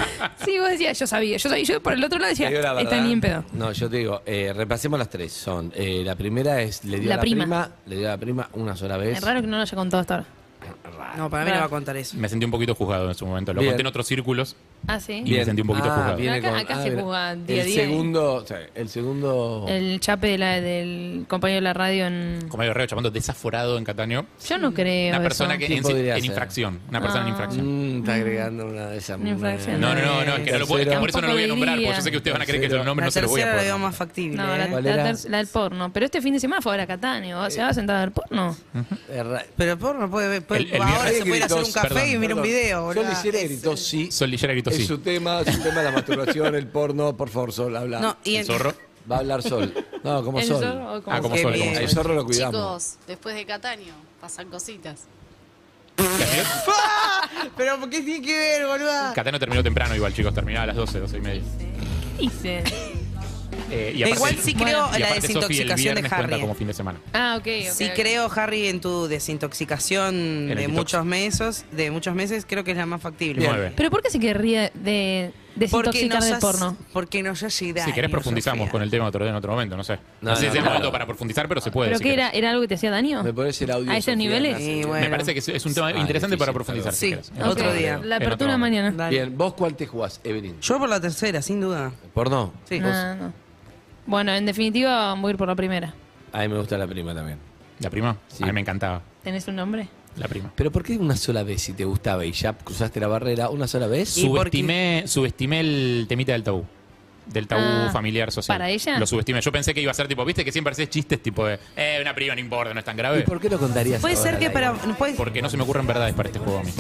[SPEAKER 1] sí, vos decías, yo sabía, yo sabía. Yo por el otro lado decía,
[SPEAKER 6] Te digo la
[SPEAKER 1] está
[SPEAKER 6] verdad.
[SPEAKER 1] ni en pedo.
[SPEAKER 6] No, yo te digo, eh, repasemos las tres. Son, eh, la primera es, le dio
[SPEAKER 1] La
[SPEAKER 6] a la
[SPEAKER 1] prima.
[SPEAKER 6] prima. le dio a la prima una sola vez.
[SPEAKER 1] Es raro que no lo haya contado hasta ahora.
[SPEAKER 2] No, para mí no va a contar eso.
[SPEAKER 4] Me sentí un poquito juzgado en su momento. Lo
[SPEAKER 6] Bien.
[SPEAKER 4] conté en otros círculos.
[SPEAKER 1] Ah, sí.
[SPEAKER 4] Y- me sentí un poquito juzgado.
[SPEAKER 6] viene
[SPEAKER 1] Acá- acá se
[SPEAKER 6] mira.
[SPEAKER 1] juzga día a día
[SPEAKER 6] el
[SPEAKER 1] y-
[SPEAKER 6] Segundo, o sea, el segundo...
[SPEAKER 1] El chape de la, del compañero de la radio en...
[SPEAKER 4] Como Herrero llamando desaforado en Cataño.
[SPEAKER 1] Yo no creo
[SPEAKER 4] Una persona
[SPEAKER 1] Eh, eso.
[SPEAKER 4] que
[SPEAKER 6] ¿Quién
[SPEAKER 4] en,
[SPEAKER 6] podría
[SPEAKER 4] en
[SPEAKER 6] ser?
[SPEAKER 4] infracción.
[SPEAKER 1] Ah.
[SPEAKER 4] Una persona en infracción.
[SPEAKER 6] Mm, está agregando una de esas...
[SPEAKER 1] Una infracción.
[SPEAKER 4] No, no, no, no, es que, no lo puedo- es que por eso no lo voy a nombrar, porque yo sé que
[SPEAKER 1] Tampoco
[SPEAKER 4] ustedes van a creer que
[SPEAKER 6] diría.
[SPEAKER 4] los nombres
[SPEAKER 2] La
[SPEAKER 4] no se los voy a
[SPEAKER 2] tercera la
[SPEAKER 4] poder
[SPEAKER 2] veo
[SPEAKER 4] nombrar.
[SPEAKER 2] más factible.
[SPEAKER 1] No, la,
[SPEAKER 2] ¿eh?
[SPEAKER 6] ¿Cuál
[SPEAKER 1] la
[SPEAKER 6] era?
[SPEAKER 1] ter- la del porno. Pero este fin de semana fue ahora a Catania.
[SPEAKER 4] Eh,
[SPEAKER 1] ¿Se va a sentar a ver porno?
[SPEAKER 6] Erra-
[SPEAKER 2] Pero por no puede ver. puede-
[SPEAKER 4] El- el
[SPEAKER 2] ahora
[SPEAKER 4] viernes
[SPEAKER 2] se puede ir a hacer
[SPEAKER 4] gritó,
[SPEAKER 2] un café y
[SPEAKER 4] perdón,
[SPEAKER 2] mira un video,
[SPEAKER 6] Sol
[SPEAKER 2] boludo.
[SPEAKER 6] Lisiera gritó sí.
[SPEAKER 4] Sol Lillera gritó
[SPEAKER 6] es
[SPEAKER 4] sí.
[SPEAKER 6] su tema, es un tema de la masturbación, el porno, por favor, Sol, habla.
[SPEAKER 2] No, y
[SPEAKER 4] El
[SPEAKER 2] en-
[SPEAKER 4] zorro.
[SPEAKER 6] Va a hablar Sol. No, como
[SPEAKER 1] ¿El
[SPEAKER 6] Sol.
[SPEAKER 1] zorro o como
[SPEAKER 4] Ah, como
[SPEAKER 2] Qué
[SPEAKER 4] Sol. como
[SPEAKER 2] bien.
[SPEAKER 4] Sol.
[SPEAKER 6] El zorro lo cuidamos.
[SPEAKER 9] Chicos, después de Cataño, pasan cositas.
[SPEAKER 2] Pero ¿por qué tiene que ver, boludo?
[SPEAKER 4] Catano terminó temprano igual, chicos. Terminaba a las 12, 12 y media.
[SPEAKER 1] Hice.
[SPEAKER 4] Eh, y
[SPEAKER 2] Igual sí
[SPEAKER 4] bueno,
[SPEAKER 2] creo
[SPEAKER 4] y
[SPEAKER 2] la
[SPEAKER 4] aparte Sofi el
[SPEAKER 2] desintoxicación de
[SPEAKER 4] viernes cuenta
[SPEAKER 2] Harry.
[SPEAKER 4] como fin de semana.
[SPEAKER 1] Ah, ok. okay
[SPEAKER 2] Sí
[SPEAKER 1] ok.
[SPEAKER 2] creo, Harry, en tu desintoxicación
[SPEAKER 4] En el
[SPEAKER 2] de
[SPEAKER 4] detox.
[SPEAKER 2] muchos meses, de muchos meses, creo que es la más factible.
[SPEAKER 4] Bien. Nueve.
[SPEAKER 1] ¿Pero por qué se querría de
[SPEAKER 2] Porque
[SPEAKER 1] desintoxicar
[SPEAKER 2] nos
[SPEAKER 1] del
[SPEAKER 2] has-
[SPEAKER 1] porno?
[SPEAKER 2] Porque nos ha llegado.
[SPEAKER 4] Si querés profundizamos con el tema otro día en otro momento, no sé. No,
[SPEAKER 6] No,
[SPEAKER 4] sé si
[SPEAKER 6] no,
[SPEAKER 4] es el
[SPEAKER 6] no.
[SPEAKER 4] momento para profundizar, pero se puede.
[SPEAKER 1] ¿Pero
[SPEAKER 4] si
[SPEAKER 1] qué
[SPEAKER 4] querés.
[SPEAKER 1] era? ¿Era algo que te hacía daño?
[SPEAKER 6] ¿Me podés el audio?
[SPEAKER 1] ¿A esos
[SPEAKER 6] Sofía?
[SPEAKER 1] niveles?
[SPEAKER 6] Gracias.
[SPEAKER 2] Sí,
[SPEAKER 4] Me
[SPEAKER 2] bueno.
[SPEAKER 4] parece que es- es un tema
[SPEAKER 6] Ah,
[SPEAKER 4] interesante
[SPEAKER 6] difícil,
[SPEAKER 4] para
[SPEAKER 6] perdón.
[SPEAKER 4] profundizar. si
[SPEAKER 2] Sí,
[SPEAKER 4] querés. En
[SPEAKER 2] otro día.
[SPEAKER 4] momento.
[SPEAKER 1] La
[SPEAKER 4] En
[SPEAKER 1] apertura
[SPEAKER 4] otro momento.
[SPEAKER 1] mañana.
[SPEAKER 2] Dale.
[SPEAKER 6] Bien, ¿vos cuál te jugás, Evelyn?
[SPEAKER 2] Yo por la tercera, sin duda.
[SPEAKER 6] ¿Por no?
[SPEAKER 2] Sí. Ah.
[SPEAKER 1] No, no. Bueno, en definitiva, voy a ir por la primera.
[SPEAKER 6] A mí me gusta la prima también.
[SPEAKER 4] La prima.
[SPEAKER 6] Sí.
[SPEAKER 4] A mí me encantaba.
[SPEAKER 1] ¿Tenés un nombre?
[SPEAKER 4] La prima.
[SPEAKER 6] Pero ¿por qué una sola vez si te gustaba y ya cruzaste la barrera una sola vez?
[SPEAKER 2] Y porque-
[SPEAKER 4] Subestimé, subestimé el temita del tabú. Del tabú
[SPEAKER 1] Ah,
[SPEAKER 4] familiar social.
[SPEAKER 1] ¿para ella?
[SPEAKER 4] Lo subestimé. Yo pensé que iba a ser tipo, viste que siempre haces chistes tipo de, eh, una prima no importa, no es tan grave.
[SPEAKER 6] ¿Y por qué lo contarías?
[SPEAKER 2] Puede
[SPEAKER 6] ahora
[SPEAKER 2] ser
[SPEAKER 6] al
[SPEAKER 2] que
[SPEAKER 6] aire?
[SPEAKER 2] para. puede-
[SPEAKER 4] Porque no se me ocurren verdades para este juego a mí.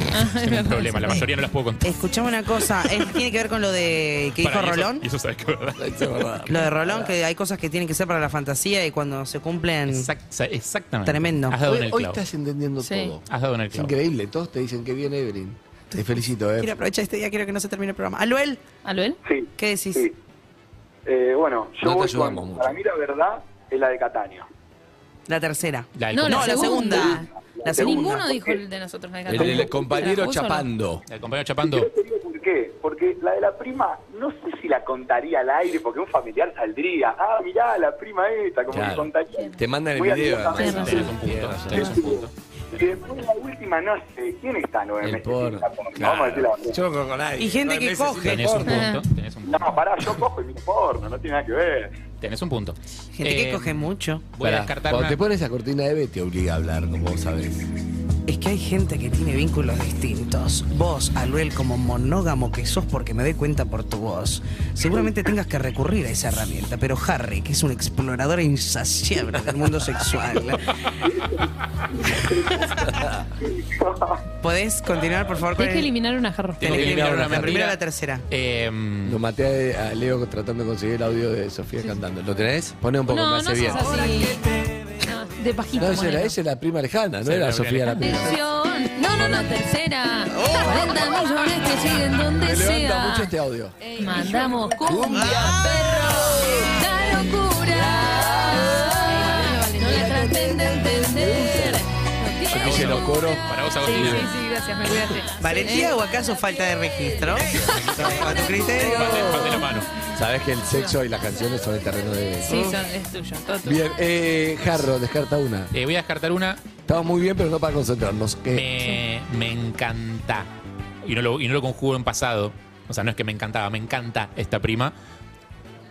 [SPEAKER 4] Tengo un problema, la mayoría no las puedo contar.
[SPEAKER 2] Escuchame una cosa, es- tiene que ver con lo de que dijo
[SPEAKER 4] Para, y eso-
[SPEAKER 2] Rolón.
[SPEAKER 4] Y eso sabes que es verdad.
[SPEAKER 6] Eso es verdad.
[SPEAKER 2] Lo de Rolón, que hay cosas que tienen que ser para la fantasía y cuando se cumplen.
[SPEAKER 4] Exact- sa- exactamente.
[SPEAKER 2] Tremendo.
[SPEAKER 4] Has dado en
[SPEAKER 6] Hoy,
[SPEAKER 4] el
[SPEAKER 6] hoy
[SPEAKER 4] clavo.
[SPEAKER 6] estás entendiendo
[SPEAKER 1] Sí.
[SPEAKER 6] todo.
[SPEAKER 4] Has dado en el
[SPEAKER 6] Es
[SPEAKER 4] clavo.
[SPEAKER 6] increíble, todos te dicen que viene Evelyn. Te felicito,
[SPEAKER 2] Quiero
[SPEAKER 6] eh.
[SPEAKER 2] aprovechar este día, quiero que no se termine el programa. Aluel,
[SPEAKER 1] ¿Aluel?
[SPEAKER 8] Sí.
[SPEAKER 2] ¿qué decís?
[SPEAKER 8] Sí. Eh, bueno, yo
[SPEAKER 6] No te
[SPEAKER 8] voy
[SPEAKER 6] ayudamos
[SPEAKER 8] con-
[SPEAKER 6] mucho.
[SPEAKER 8] Para mí la verdad es la de Cataño.
[SPEAKER 2] La tercera.
[SPEAKER 4] La del
[SPEAKER 1] No,
[SPEAKER 2] No,
[SPEAKER 4] compañero-
[SPEAKER 2] la segunda. La segunda.
[SPEAKER 1] Ninguno dijo el de nosotros. de acá.
[SPEAKER 6] El, el compañero
[SPEAKER 1] ¿Se la puso o no?
[SPEAKER 6] chapando.
[SPEAKER 4] la del compañero Chapando.
[SPEAKER 8] Te digo por qué. Porque la de la prima, no sé si la contaría al aire, porque un familiar saldría. Ah, mirá, la prima esta, como
[SPEAKER 6] Claro.
[SPEAKER 8] que contaría.
[SPEAKER 6] Te mandan el
[SPEAKER 8] Muy
[SPEAKER 6] video.
[SPEAKER 8] abiertamente.
[SPEAKER 4] Tenés un
[SPEAKER 6] además.
[SPEAKER 4] punto.
[SPEAKER 6] Tienes razón.
[SPEAKER 4] Tenés un punto.
[SPEAKER 8] Y después la última, no sé, ¿quién está nueve
[SPEAKER 6] El
[SPEAKER 8] meses?
[SPEAKER 6] por.
[SPEAKER 8] sin tapón? Vamos a
[SPEAKER 6] Claro.
[SPEAKER 8] decir la verdad.
[SPEAKER 6] Yo no conozco a nadie.
[SPEAKER 2] Y gente
[SPEAKER 6] Nueve
[SPEAKER 2] que
[SPEAKER 6] meses sin
[SPEAKER 2] coge.
[SPEAKER 4] Tenés un
[SPEAKER 1] Ajá.
[SPEAKER 4] punto. Tenés un punto.
[SPEAKER 8] No, pará, yo cojo y miro porno, no tiene nada que ver.
[SPEAKER 4] Tenés un punto.
[SPEAKER 2] Gente que
[SPEAKER 4] Eh,
[SPEAKER 2] coge mucho.
[SPEAKER 4] Voy a
[SPEAKER 6] Pará,
[SPEAKER 4] descartar
[SPEAKER 6] Cuando
[SPEAKER 4] una-
[SPEAKER 6] te pones esa cortina de B te obliga a hablar, como vos sabés.
[SPEAKER 2] Es que hay gente que tiene vínculos distintos. Vos, Aluel, como monógamo que sos porque me doy cuenta por tu voz, seguramente tengas que recurrir a esa herramienta. Pero Harry, que es un explorador insaciable del mundo sexual. ¿Podés continuar, por favor, con
[SPEAKER 1] Tienes que
[SPEAKER 2] el...
[SPEAKER 1] eliminar una jarra.
[SPEAKER 4] Tengo
[SPEAKER 2] Tenés
[SPEAKER 4] que eliminar una
[SPEAKER 2] la primera o la
[SPEAKER 4] mentira.
[SPEAKER 2] tercera.
[SPEAKER 4] Eh,
[SPEAKER 6] Lo maté a, a Leo tratando de conseguir el audio de Sofía cantando. ¿Lo tenés? Poné un poco,
[SPEAKER 3] No,
[SPEAKER 6] me
[SPEAKER 3] no
[SPEAKER 6] hace
[SPEAKER 3] seas
[SPEAKER 6] bien.
[SPEAKER 3] así. No, de bajito.
[SPEAKER 6] No, esa era,
[SPEAKER 3] ponelo.
[SPEAKER 6] ella era la prima lejana, no
[SPEAKER 4] Sí,
[SPEAKER 6] era
[SPEAKER 4] la prima
[SPEAKER 6] Sofía la prima.
[SPEAKER 3] Atención. No, no, no, tercera. 40 millones que siguen donde
[SPEAKER 6] Oh. Me levanta
[SPEAKER 3] sea.
[SPEAKER 6] mucho este audio.
[SPEAKER 3] Ey, Mandamos cumbia, perro. La locura. No la traten de entender. No tiene
[SPEAKER 4] para vos,
[SPEAKER 6] Dice los
[SPEAKER 4] Agustín.
[SPEAKER 6] coros.
[SPEAKER 4] Para vos,
[SPEAKER 3] Sí,
[SPEAKER 4] Agustín.
[SPEAKER 3] sí, sí, gracias, me cuidaste.
[SPEAKER 2] ¿Valentía o acaso falta de registro? A tu criterio.
[SPEAKER 4] Pate- pate la mano.
[SPEAKER 6] Sabés que el sexo y las canciones son el terreno de.
[SPEAKER 1] Sí, son, es tuyo. Todo tuyo.
[SPEAKER 6] Bien, eh, Jarro, descarta una.
[SPEAKER 4] Eh, voy a descartar una.
[SPEAKER 6] Estamos muy bien, pero no para concentrarnos. ¿Qué?
[SPEAKER 4] Me, me encanta. Y no, lo, y no lo conjugo en pasado. O sea, no es que me encantaba, me encanta esta prima.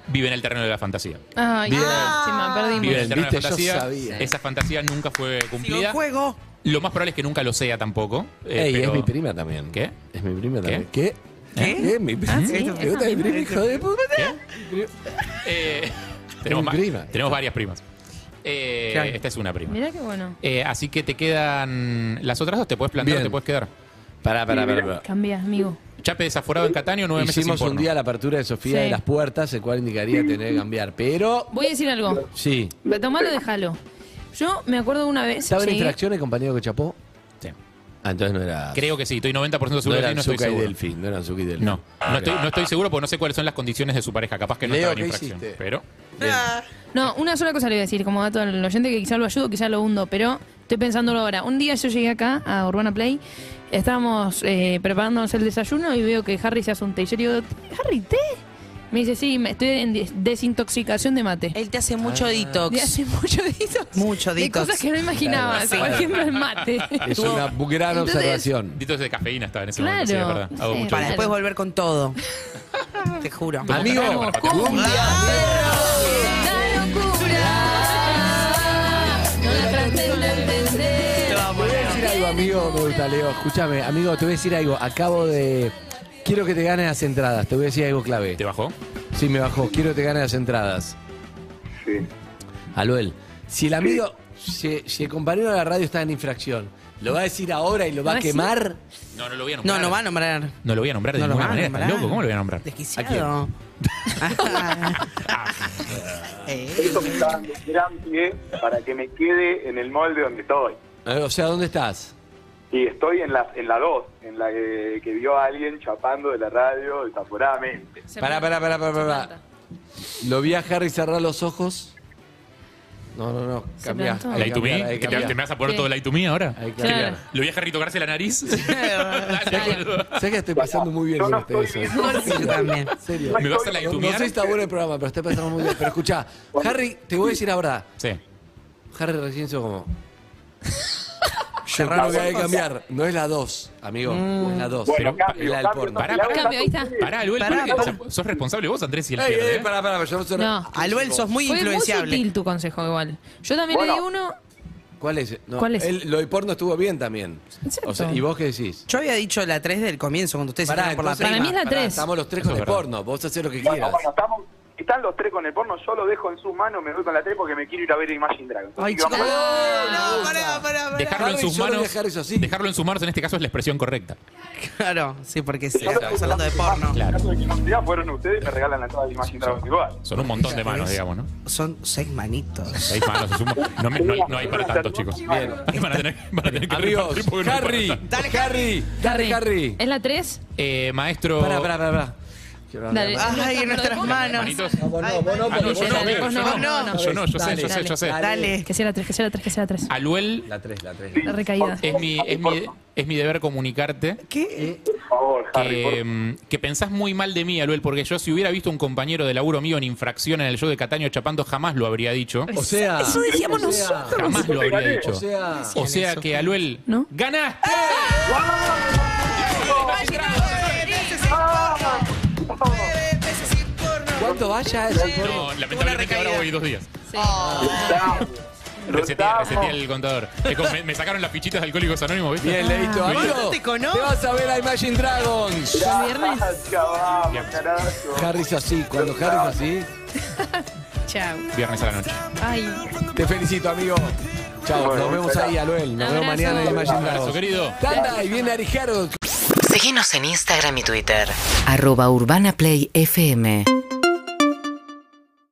[SPEAKER 4] Vive en el terreno de la fantasía.
[SPEAKER 1] Ay,
[SPEAKER 6] Bien.
[SPEAKER 1] encima, perdimos.
[SPEAKER 4] Vive en el terreno de
[SPEAKER 6] Viste,
[SPEAKER 4] la
[SPEAKER 6] yo
[SPEAKER 4] fantasía.
[SPEAKER 6] sabía.
[SPEAKER 4] Esa fantasía nunca fue
[SPEAKER 2] Sigo
[SPEAKER 4] cumplida.
[SPEAKER 2] juego.
[SPEAKER 4] Lo más probable es que nunca lo sea tampoco. eh,
[SPEAKER 6] Ey,
[SPEAKER 4] pero-
[SPEAKER 6] es mi prima también.
[SPEAKER 4] ¿Qué?
[SPEAKER 6] Es mi prima
[SPEAKER 4] ¿Qué?
[SPEAKER 6] también. ¿Qué?
[SPEAKER 2] ¿Qué?
[SPEAKER 6] ¿Qué? Ah, ¿Mi prima?
[SPEAKER 2] sí,
[SPEAKER 6] ¿Te
[SPEAKER 2] es
[SPEAKER 6] gusta mi prima, hijo de puta?
[SPEAKER 4] ¿Qué? Eh, tenemos,
[SPEAKER 6] Mi
[SPEAKER 4] ma-
[SPEAKER 6] prima.
[SPEAKER 4] tenemos varias primas. Eh,
[SPEAKER 2] Claro.
[SPEAKER 4] Esta es una prima.
[SPEAKER 1] Mirá qué bueno.
[SPEAKER 4] Eh, así que te quedan las otras dos. Te puedes plantar
[SPEAKER 6] Bien.
[SPEAKER 4] o te puedes quedar.
[SPEAKER 6] Pará, pará, pará. pará.
[SPEAKER 1] Cambia, amigo.
[SPEAKER 4] Chape desaforado en Cataño, nueve meses
[SPEAKER 6] Hicimos
[SPEAKER 4] sin
[SPEAKER 6] un
[SPEAKER 4] porno.
[SPEAKER 6] día la apertura de Sofía
[SPEAKER 1] Sí.
[SPEAKER 6] de las puertas, el cual indicaría tener que cambiar, pero
[SPEAKER 1] Voy a decir algo.
[SPEAKER 6] sí.
[SPEAKER 1] Retomalo, déjalo. Yo me acuerdo una vez.
[SPEAKER 6] ¿Estaba en
[SPEAKER 1] llegué-
[SPEAKER 6] interacciones, compañero que chapó?
[SPEAKER 4] Sí.
[SPEAKER 6] Ah, entonces no era.
[SPEAKER 4] Creo que sí. Estoy 90%
[SPEAKER 6] no
[SPEAKER 4] seguro de que
[SPEAKER 6] eran
[SPEAKER 4] no estoy
[SPEAKER 6] Zucca y
[SPEAKER 4] seguro.
[SPEAKER 6] Delfín, no eran Zucca y Delfín.
[SPEAKER 4] No,
[SPEAKER 6] Ah,
[SPEAKER 4] no estoy,
[SPEAKER 6] ok.
[SPEAKER 4] no estoy seguro porque no sé cuáles son las condiciones de su pareja. Capaz que no
[SPEAKER 6] Leo,
[SPEAKER 4] estaba en
[SPEAKER 6] ¿qué
[SPEAKER 4] infracción.
[SPEAKER 6] hiciste?
[SPEAKER 4] Pero
[SPEAKER 1] No, una sola cosa le voy a decir, como dato al oyente que quizá lo ayudo, quizá lo hundo, pero estoy pensándolo ahora. Un día yo llegué acá, a Urbana Play, estábamos eh, preparándonos el desayuno y veo que Harry se hace un té. Y yo le digo, ¿Harry, té? Me dice, sí, me- estoy en des- desintoxicación de mate.
[SPEAKER 2] Él te hace mucho
[SPEAKER 1] Ah. Le
[SPEAKER 2] detox.
[SPEAKER 1] hace mucho detox.
[SPEAKER 2] Mucho
[SPEAKER 1] De
[SPEAKER 2] detox.
[SPEAKER 1] cosas que no imaginabas, por ejemplo, el mate.
[SPEAKER 6] Es una gran
[SPEAKER 1] Entonces-
[SPEAKER 6] observación.
[SPEAKER 4] ditos de cafeína estaba en ese
[SPEAKER 1] Claro.
[SPEAKER 4] momento, sí, es verdad. Hago
[SPEAKER 1] Sí.
[SPEAKER 4] mucho
[SPEAKER 2] Para
[SPEAKER 1] Claro.
[SPEAKER 2] después volver con todo. Te juro.
[SPEAKER 6] Amigo,
[SPEAKER 3] La locura. No la traten de entender.
[SPEAKER 6] Te voy a decir algo, amigo, me gusta, Leo. Escúchame, amigo, te voy a decir algo. Acabo de. Quiero que te ganes las entradas. Te voy a decir algo clave.
[SPEAKER 4] ¿Te bajó?
[SPEAKER 6] Sí, me bajó. Quiero que te ganes las entradas.
[SPEAKER 8] Sí.
[SPEAKER 6] Aluel, si el amigo. Si, si el compañero de la radio está en infracción, ¿lo va a decir ahora y lo va a
[SPEAKER 1] ¿Lo va a
[SPEAKER 6] quemar?
[SPEAKER 4] No, no lo voy a
[SPEAKER 2] No,
[SPEAKER 4] nombrar.
[SPEAKER 2] no va a nombrar.
[SPEAKER 4] No lo voy a nombrar de
[SPEAKER 2] No lo
[SPEAKER 4] ninguna
[SPEAKER 2] va a
[SPEAKER 4] manera. ¿Estás
[SPEAKER 2] nombrar.
[SPEAKER 4] loco? ¿Cómo lo voy a nombrar?
[SPEAKER 2] Desquiciado. Eh,
[SPEAKER 8] Esto me está dando un gran pie para que me quede en el molde donde estoy.
[SPEAKER 6] Eh, O sea, ¿dónde estás?
[SPEAKER 8] Y estoy en la, en la 2, en la que, que vio a alguien chapando de la radio desaforadamente.
[SPEAKER 6] Pará, pará, pará, pará, pará. Lo vi a Harry cerrar los ojos. No, no, no.
[SPEAKER 1] Se
[SPEAKER 6] Cambiá.
[SPEAKER 1] plantó.
[SPEAKER 6] hay que
[SPEAKER 4] ¿Like to
[SPEAKER 6] cambiar, hay
[SPEAKER 4] me?
[SPEAKER 6] que
[SPEAKER 4] ¿Que te,
[SPEAKER 6] cambiar.
[SPEAKER 4] te me vas a poner
[SPEAKER 1] Sí.
[SPEAKER 4] todo like to me ahora?
[SPEAKER 6] Hay que
[SPEAKER 1] Claro.
[SPEAKER 6] cambiar.
[SPEAKER 4] ¿Lo voy a dejar y tocarse la nariz?
[SPEAKER 6] Sé que estoy pasando muy bien
[SPEAKER 8] Yo
[SPEAKER 6] con
[SPEAKER 8] no
[SPEAKER 6] ustedes.
[SPEAKER 8] estoy
[SPEAKER 6] hoy.
[SPEAKER 2] yo también.
[SPEAKER 6] En serio.
[SPEAKER 8] No
[SPEAKER 4] ¿Me vas a like
[SPEAKER 6] No,
[SPEAKER 4] to
[SPEAKER 6] no
[SPEAKER 4] me?
[SPEAKER 6] sé si está bueno el programa, pero estoy pasando muy bien. Pero escuchá, Harry, te voy a decir la verdad.
[SPEAKER 4] Sí.
[SPEAKER 6] Harry recién hizo como. Qué raro que hay que cambiar. No es la 2, amigo. No es la 2.
[SPEAKER 8] Bueno,
[SPEAKER 6] es
[SPEAKER 8] cambio,
[SPEAKER 6] la del
[SPEAKER 8] cambio,
[SPEAKER 6] porno.
[SPEAKER 4] Pará,
[SPEAKER 8] La
[SPEAKER 4] pará.
[SPEAKER 8] verdad,
[SPEAKER 1] Cambio, ahí está.
[SPEAKER 4] Pará, Luel,
[SPEAKER 2] Pará,
[SPEAKER 4] ¿por qué?
[SPEAKER 2] pará.
[SPEAKER 4] O sea, sos responsable vos, Andrés, y el
[SPEAKER 6] Ey,
[SPEAKER 4] pierde,
[SPEAKER 6] ey,
[SPEAKER 4] ¿eh?
[SPEAKER 6] pará, pará, yo no soy.
[SPEAKER 1] No.
[SPEAKER 2] Aluel, sos muy
[SPEAKER 1] Fue muy
[SPEAKER 2] influenciable.
[SPEAKER 1] sutil tu consejo igual. Yo también le di
[SPEAKER 8] Bueno.
[SPEAKER 1] uno.
[SPEAKER 6] ¿Cuál es? No,
[SPEAKER 1] ¿Cuál es?
[SPEAKER 6] él- lo de porno estuvo bien también.
[SPEAKER 1] Exacto.
[SPEAKER 6] O sea, ¿y vos qué decís?
[SPEAKER 2] Yo había dicho la 3 del comienzo cuando ustedes se fueron por la
[SPEAKER 6] entonces-
[SPEAKER 1] Para
[SPEAKER 2] prima.
[SPEAKER 1] mí es la
[SPEAKER 6] pará,
[SPEAKER 1] tres.
[SPEAKER 6] Estamos los tres
[SPEAKER 4] Eso
[SPEAKER 6] con
[SPEAKER 4] es
[SPEAKER 6] el
[SPEAKER 4] verdad.
[SPEAKER 6] porno. Vos haces lo que
[SPEAKER 8] Bueno,
[SPEAKER 6] quieras.
[SPEAKER 8] bueno, estamos, están los tres con el porno, yo lo dejo en sus manos, me voy con la 3 porque me quiero ir a ver Imagine Dragons. Así
[SPEAKER 2] Ay,
[SPEAKER 8] que vamos
[SPEAKER 2] chico,
[SPEAKER 8] a-
[SPEAKER 2] no, pará, pará, pará.
[SPEAKER 4] Dejarlo en
[SPEAKER 6] Harry,
[SPEAKER 4] sus
[SPEAKER 6] yo no voy a
[SPEAKER 4] manos.
[SPEAKER 6] dejar eso así.
[SPEAKER 4] Dejarlo en sus manos en este caso es la expresión correcta.
[SPEAKER 2] Claro, sí, porque sí,
[SPEAKER 8] Yo
[SPEAKER 2] estamos hablando de porno.
[SPEAKER 8] En caso de que no sea, fueron ustedes y me regalan la entrada de Imagine Dragons igual.
[SPEAKER 4] Son un montón de manos, digamos, ¿no?
[SPEAKER 2] Son seis manitos.
[SPEAKER 4] Seis manos, es un mo- no, me- no hay, no hay para tantos, chicos.
[SPEAKER 8] Bien.
[SPEAKER 4] Van a tener, van a tener que
[SPEAKER 6] Amigos,
[SPEAKER 4] repartir porque no hay para
[SPEAKER 6] Harry,
[SPEAKER 4] tantos.
[SPEAKER 6] dale Harry,
[SPEAKER 1] Harry.
[SPEAKER 6] dale Harry.
[SPEAKER 1] ¿Es la 3?
[SPEAKER 4] Eh, maestro.
[SPEAKER 6] Pará, pará, pará, pará. Quiero hablar.
[SPEAKER 1] Dale.
[SPEAKER 2] Ay, en nuestras manos.
[SPEAKER 4] Manitos.
[SPEAKER 6] No, vos no, vos no,
[SPEAKER 4] Ah, no,
[SPEAKER 6] porque
[SPEAKER 4] yo
[SPEAKER 6] vos
[SPEAKER 4] no,
[SPEAKER 6] no.
[SPEAKER 1] Dale,
[SPEAKER 4] amigo,
[SPEAKER 1] vos
[SPEAKER 4] yo
[SPEAKER 1] no,
[SPEAKER 4] no.
[SPEAKER 1] no, no.
[SPEAKER 4] Yo no, yo sé, yo sé, yo sé.
[SPEAKER 2] Dale.
[SPEAKER 1] Que sea la 3, que sea la 3, que sea la 3.
[SPEAKER 4] Aluel,
[SPEAKER 6] La 3, la 3.
[SPEAKER 1] La recaída.
[SPEAKER 4] es mi, es mi, es mi deber comunicarte
[SPEAKER 2] ¿Qué?
[SPEAKER 8] favor, Harry.
[SPEAKER 4] que, mm, que pensás muy mal de mí, Aluel, porque yo si hubiera visto un compañero de laburo mío en infracción en el show de Cataño chapando, jamás lo habría dicho.
[SPEAKER 6] O sea.
[SPEAKER 1] Eso decíamos
[SPEAKER 6] o sea,
[SPEAKER 1] nosotros.
[SPEAKER 4] Jamás lo habría dicho.
[SPEAKER 6] O sea.
[SPEAKER 4] O sea que, Aluel,
[SPEAKER 1] ¿No?
[SPEAKER 4] ¡ganaste!
[SPEAKER 6] ¿Cuánto vaya ese informe?
[SPEAKER 4] No, lamentablemente ahora voy dos días.
[SPEAKER 8] Lo
[SPEAKER 4] Reseté,
[SPEAKER 8] amo.
[SPEAKER 4] reseté el contador. Es como Me, me sacaron las fichitas de Alcohólicos Anónimos, ¿viste?
[SPEAKER 6] Bien, leíto. Amigo,
[SPEAKER 2] no te conozco.
[SPEAKER 6] te vas a ver a Imagine Dragons.
[SPEAKER 8] Gracias, vamos, carajo.
[SPEAKER 6] Harry es así. Cuando Harry es así,
[SPEAKER 1] Chao.
[SPEAKER 4] Viernes a la noche.
[SPEAKER 1] Ay,
[SPEAKER 6] te felicito, amigo. Chao,
[SPEAKER 8] Bueno,
[SPEAKER 6] nos vemos
[SPEAKER 8] espera.
[SPEAKER 6] ahí, Aluel. Nos vemos
[SPEAKER 1] Abrazo.
[SPEAKER 6] mañana en Imagine
[SPEAKER 4] Abrazo,
[SPEAKER 6] Dragons.
[SPEAKER 4] querido.
[SPEAKER 6] Tanda, y viene Ari Harold.
[SPEAKER 10] Seguinos en Instagram y Twitter. Arroba Urbana Play FM.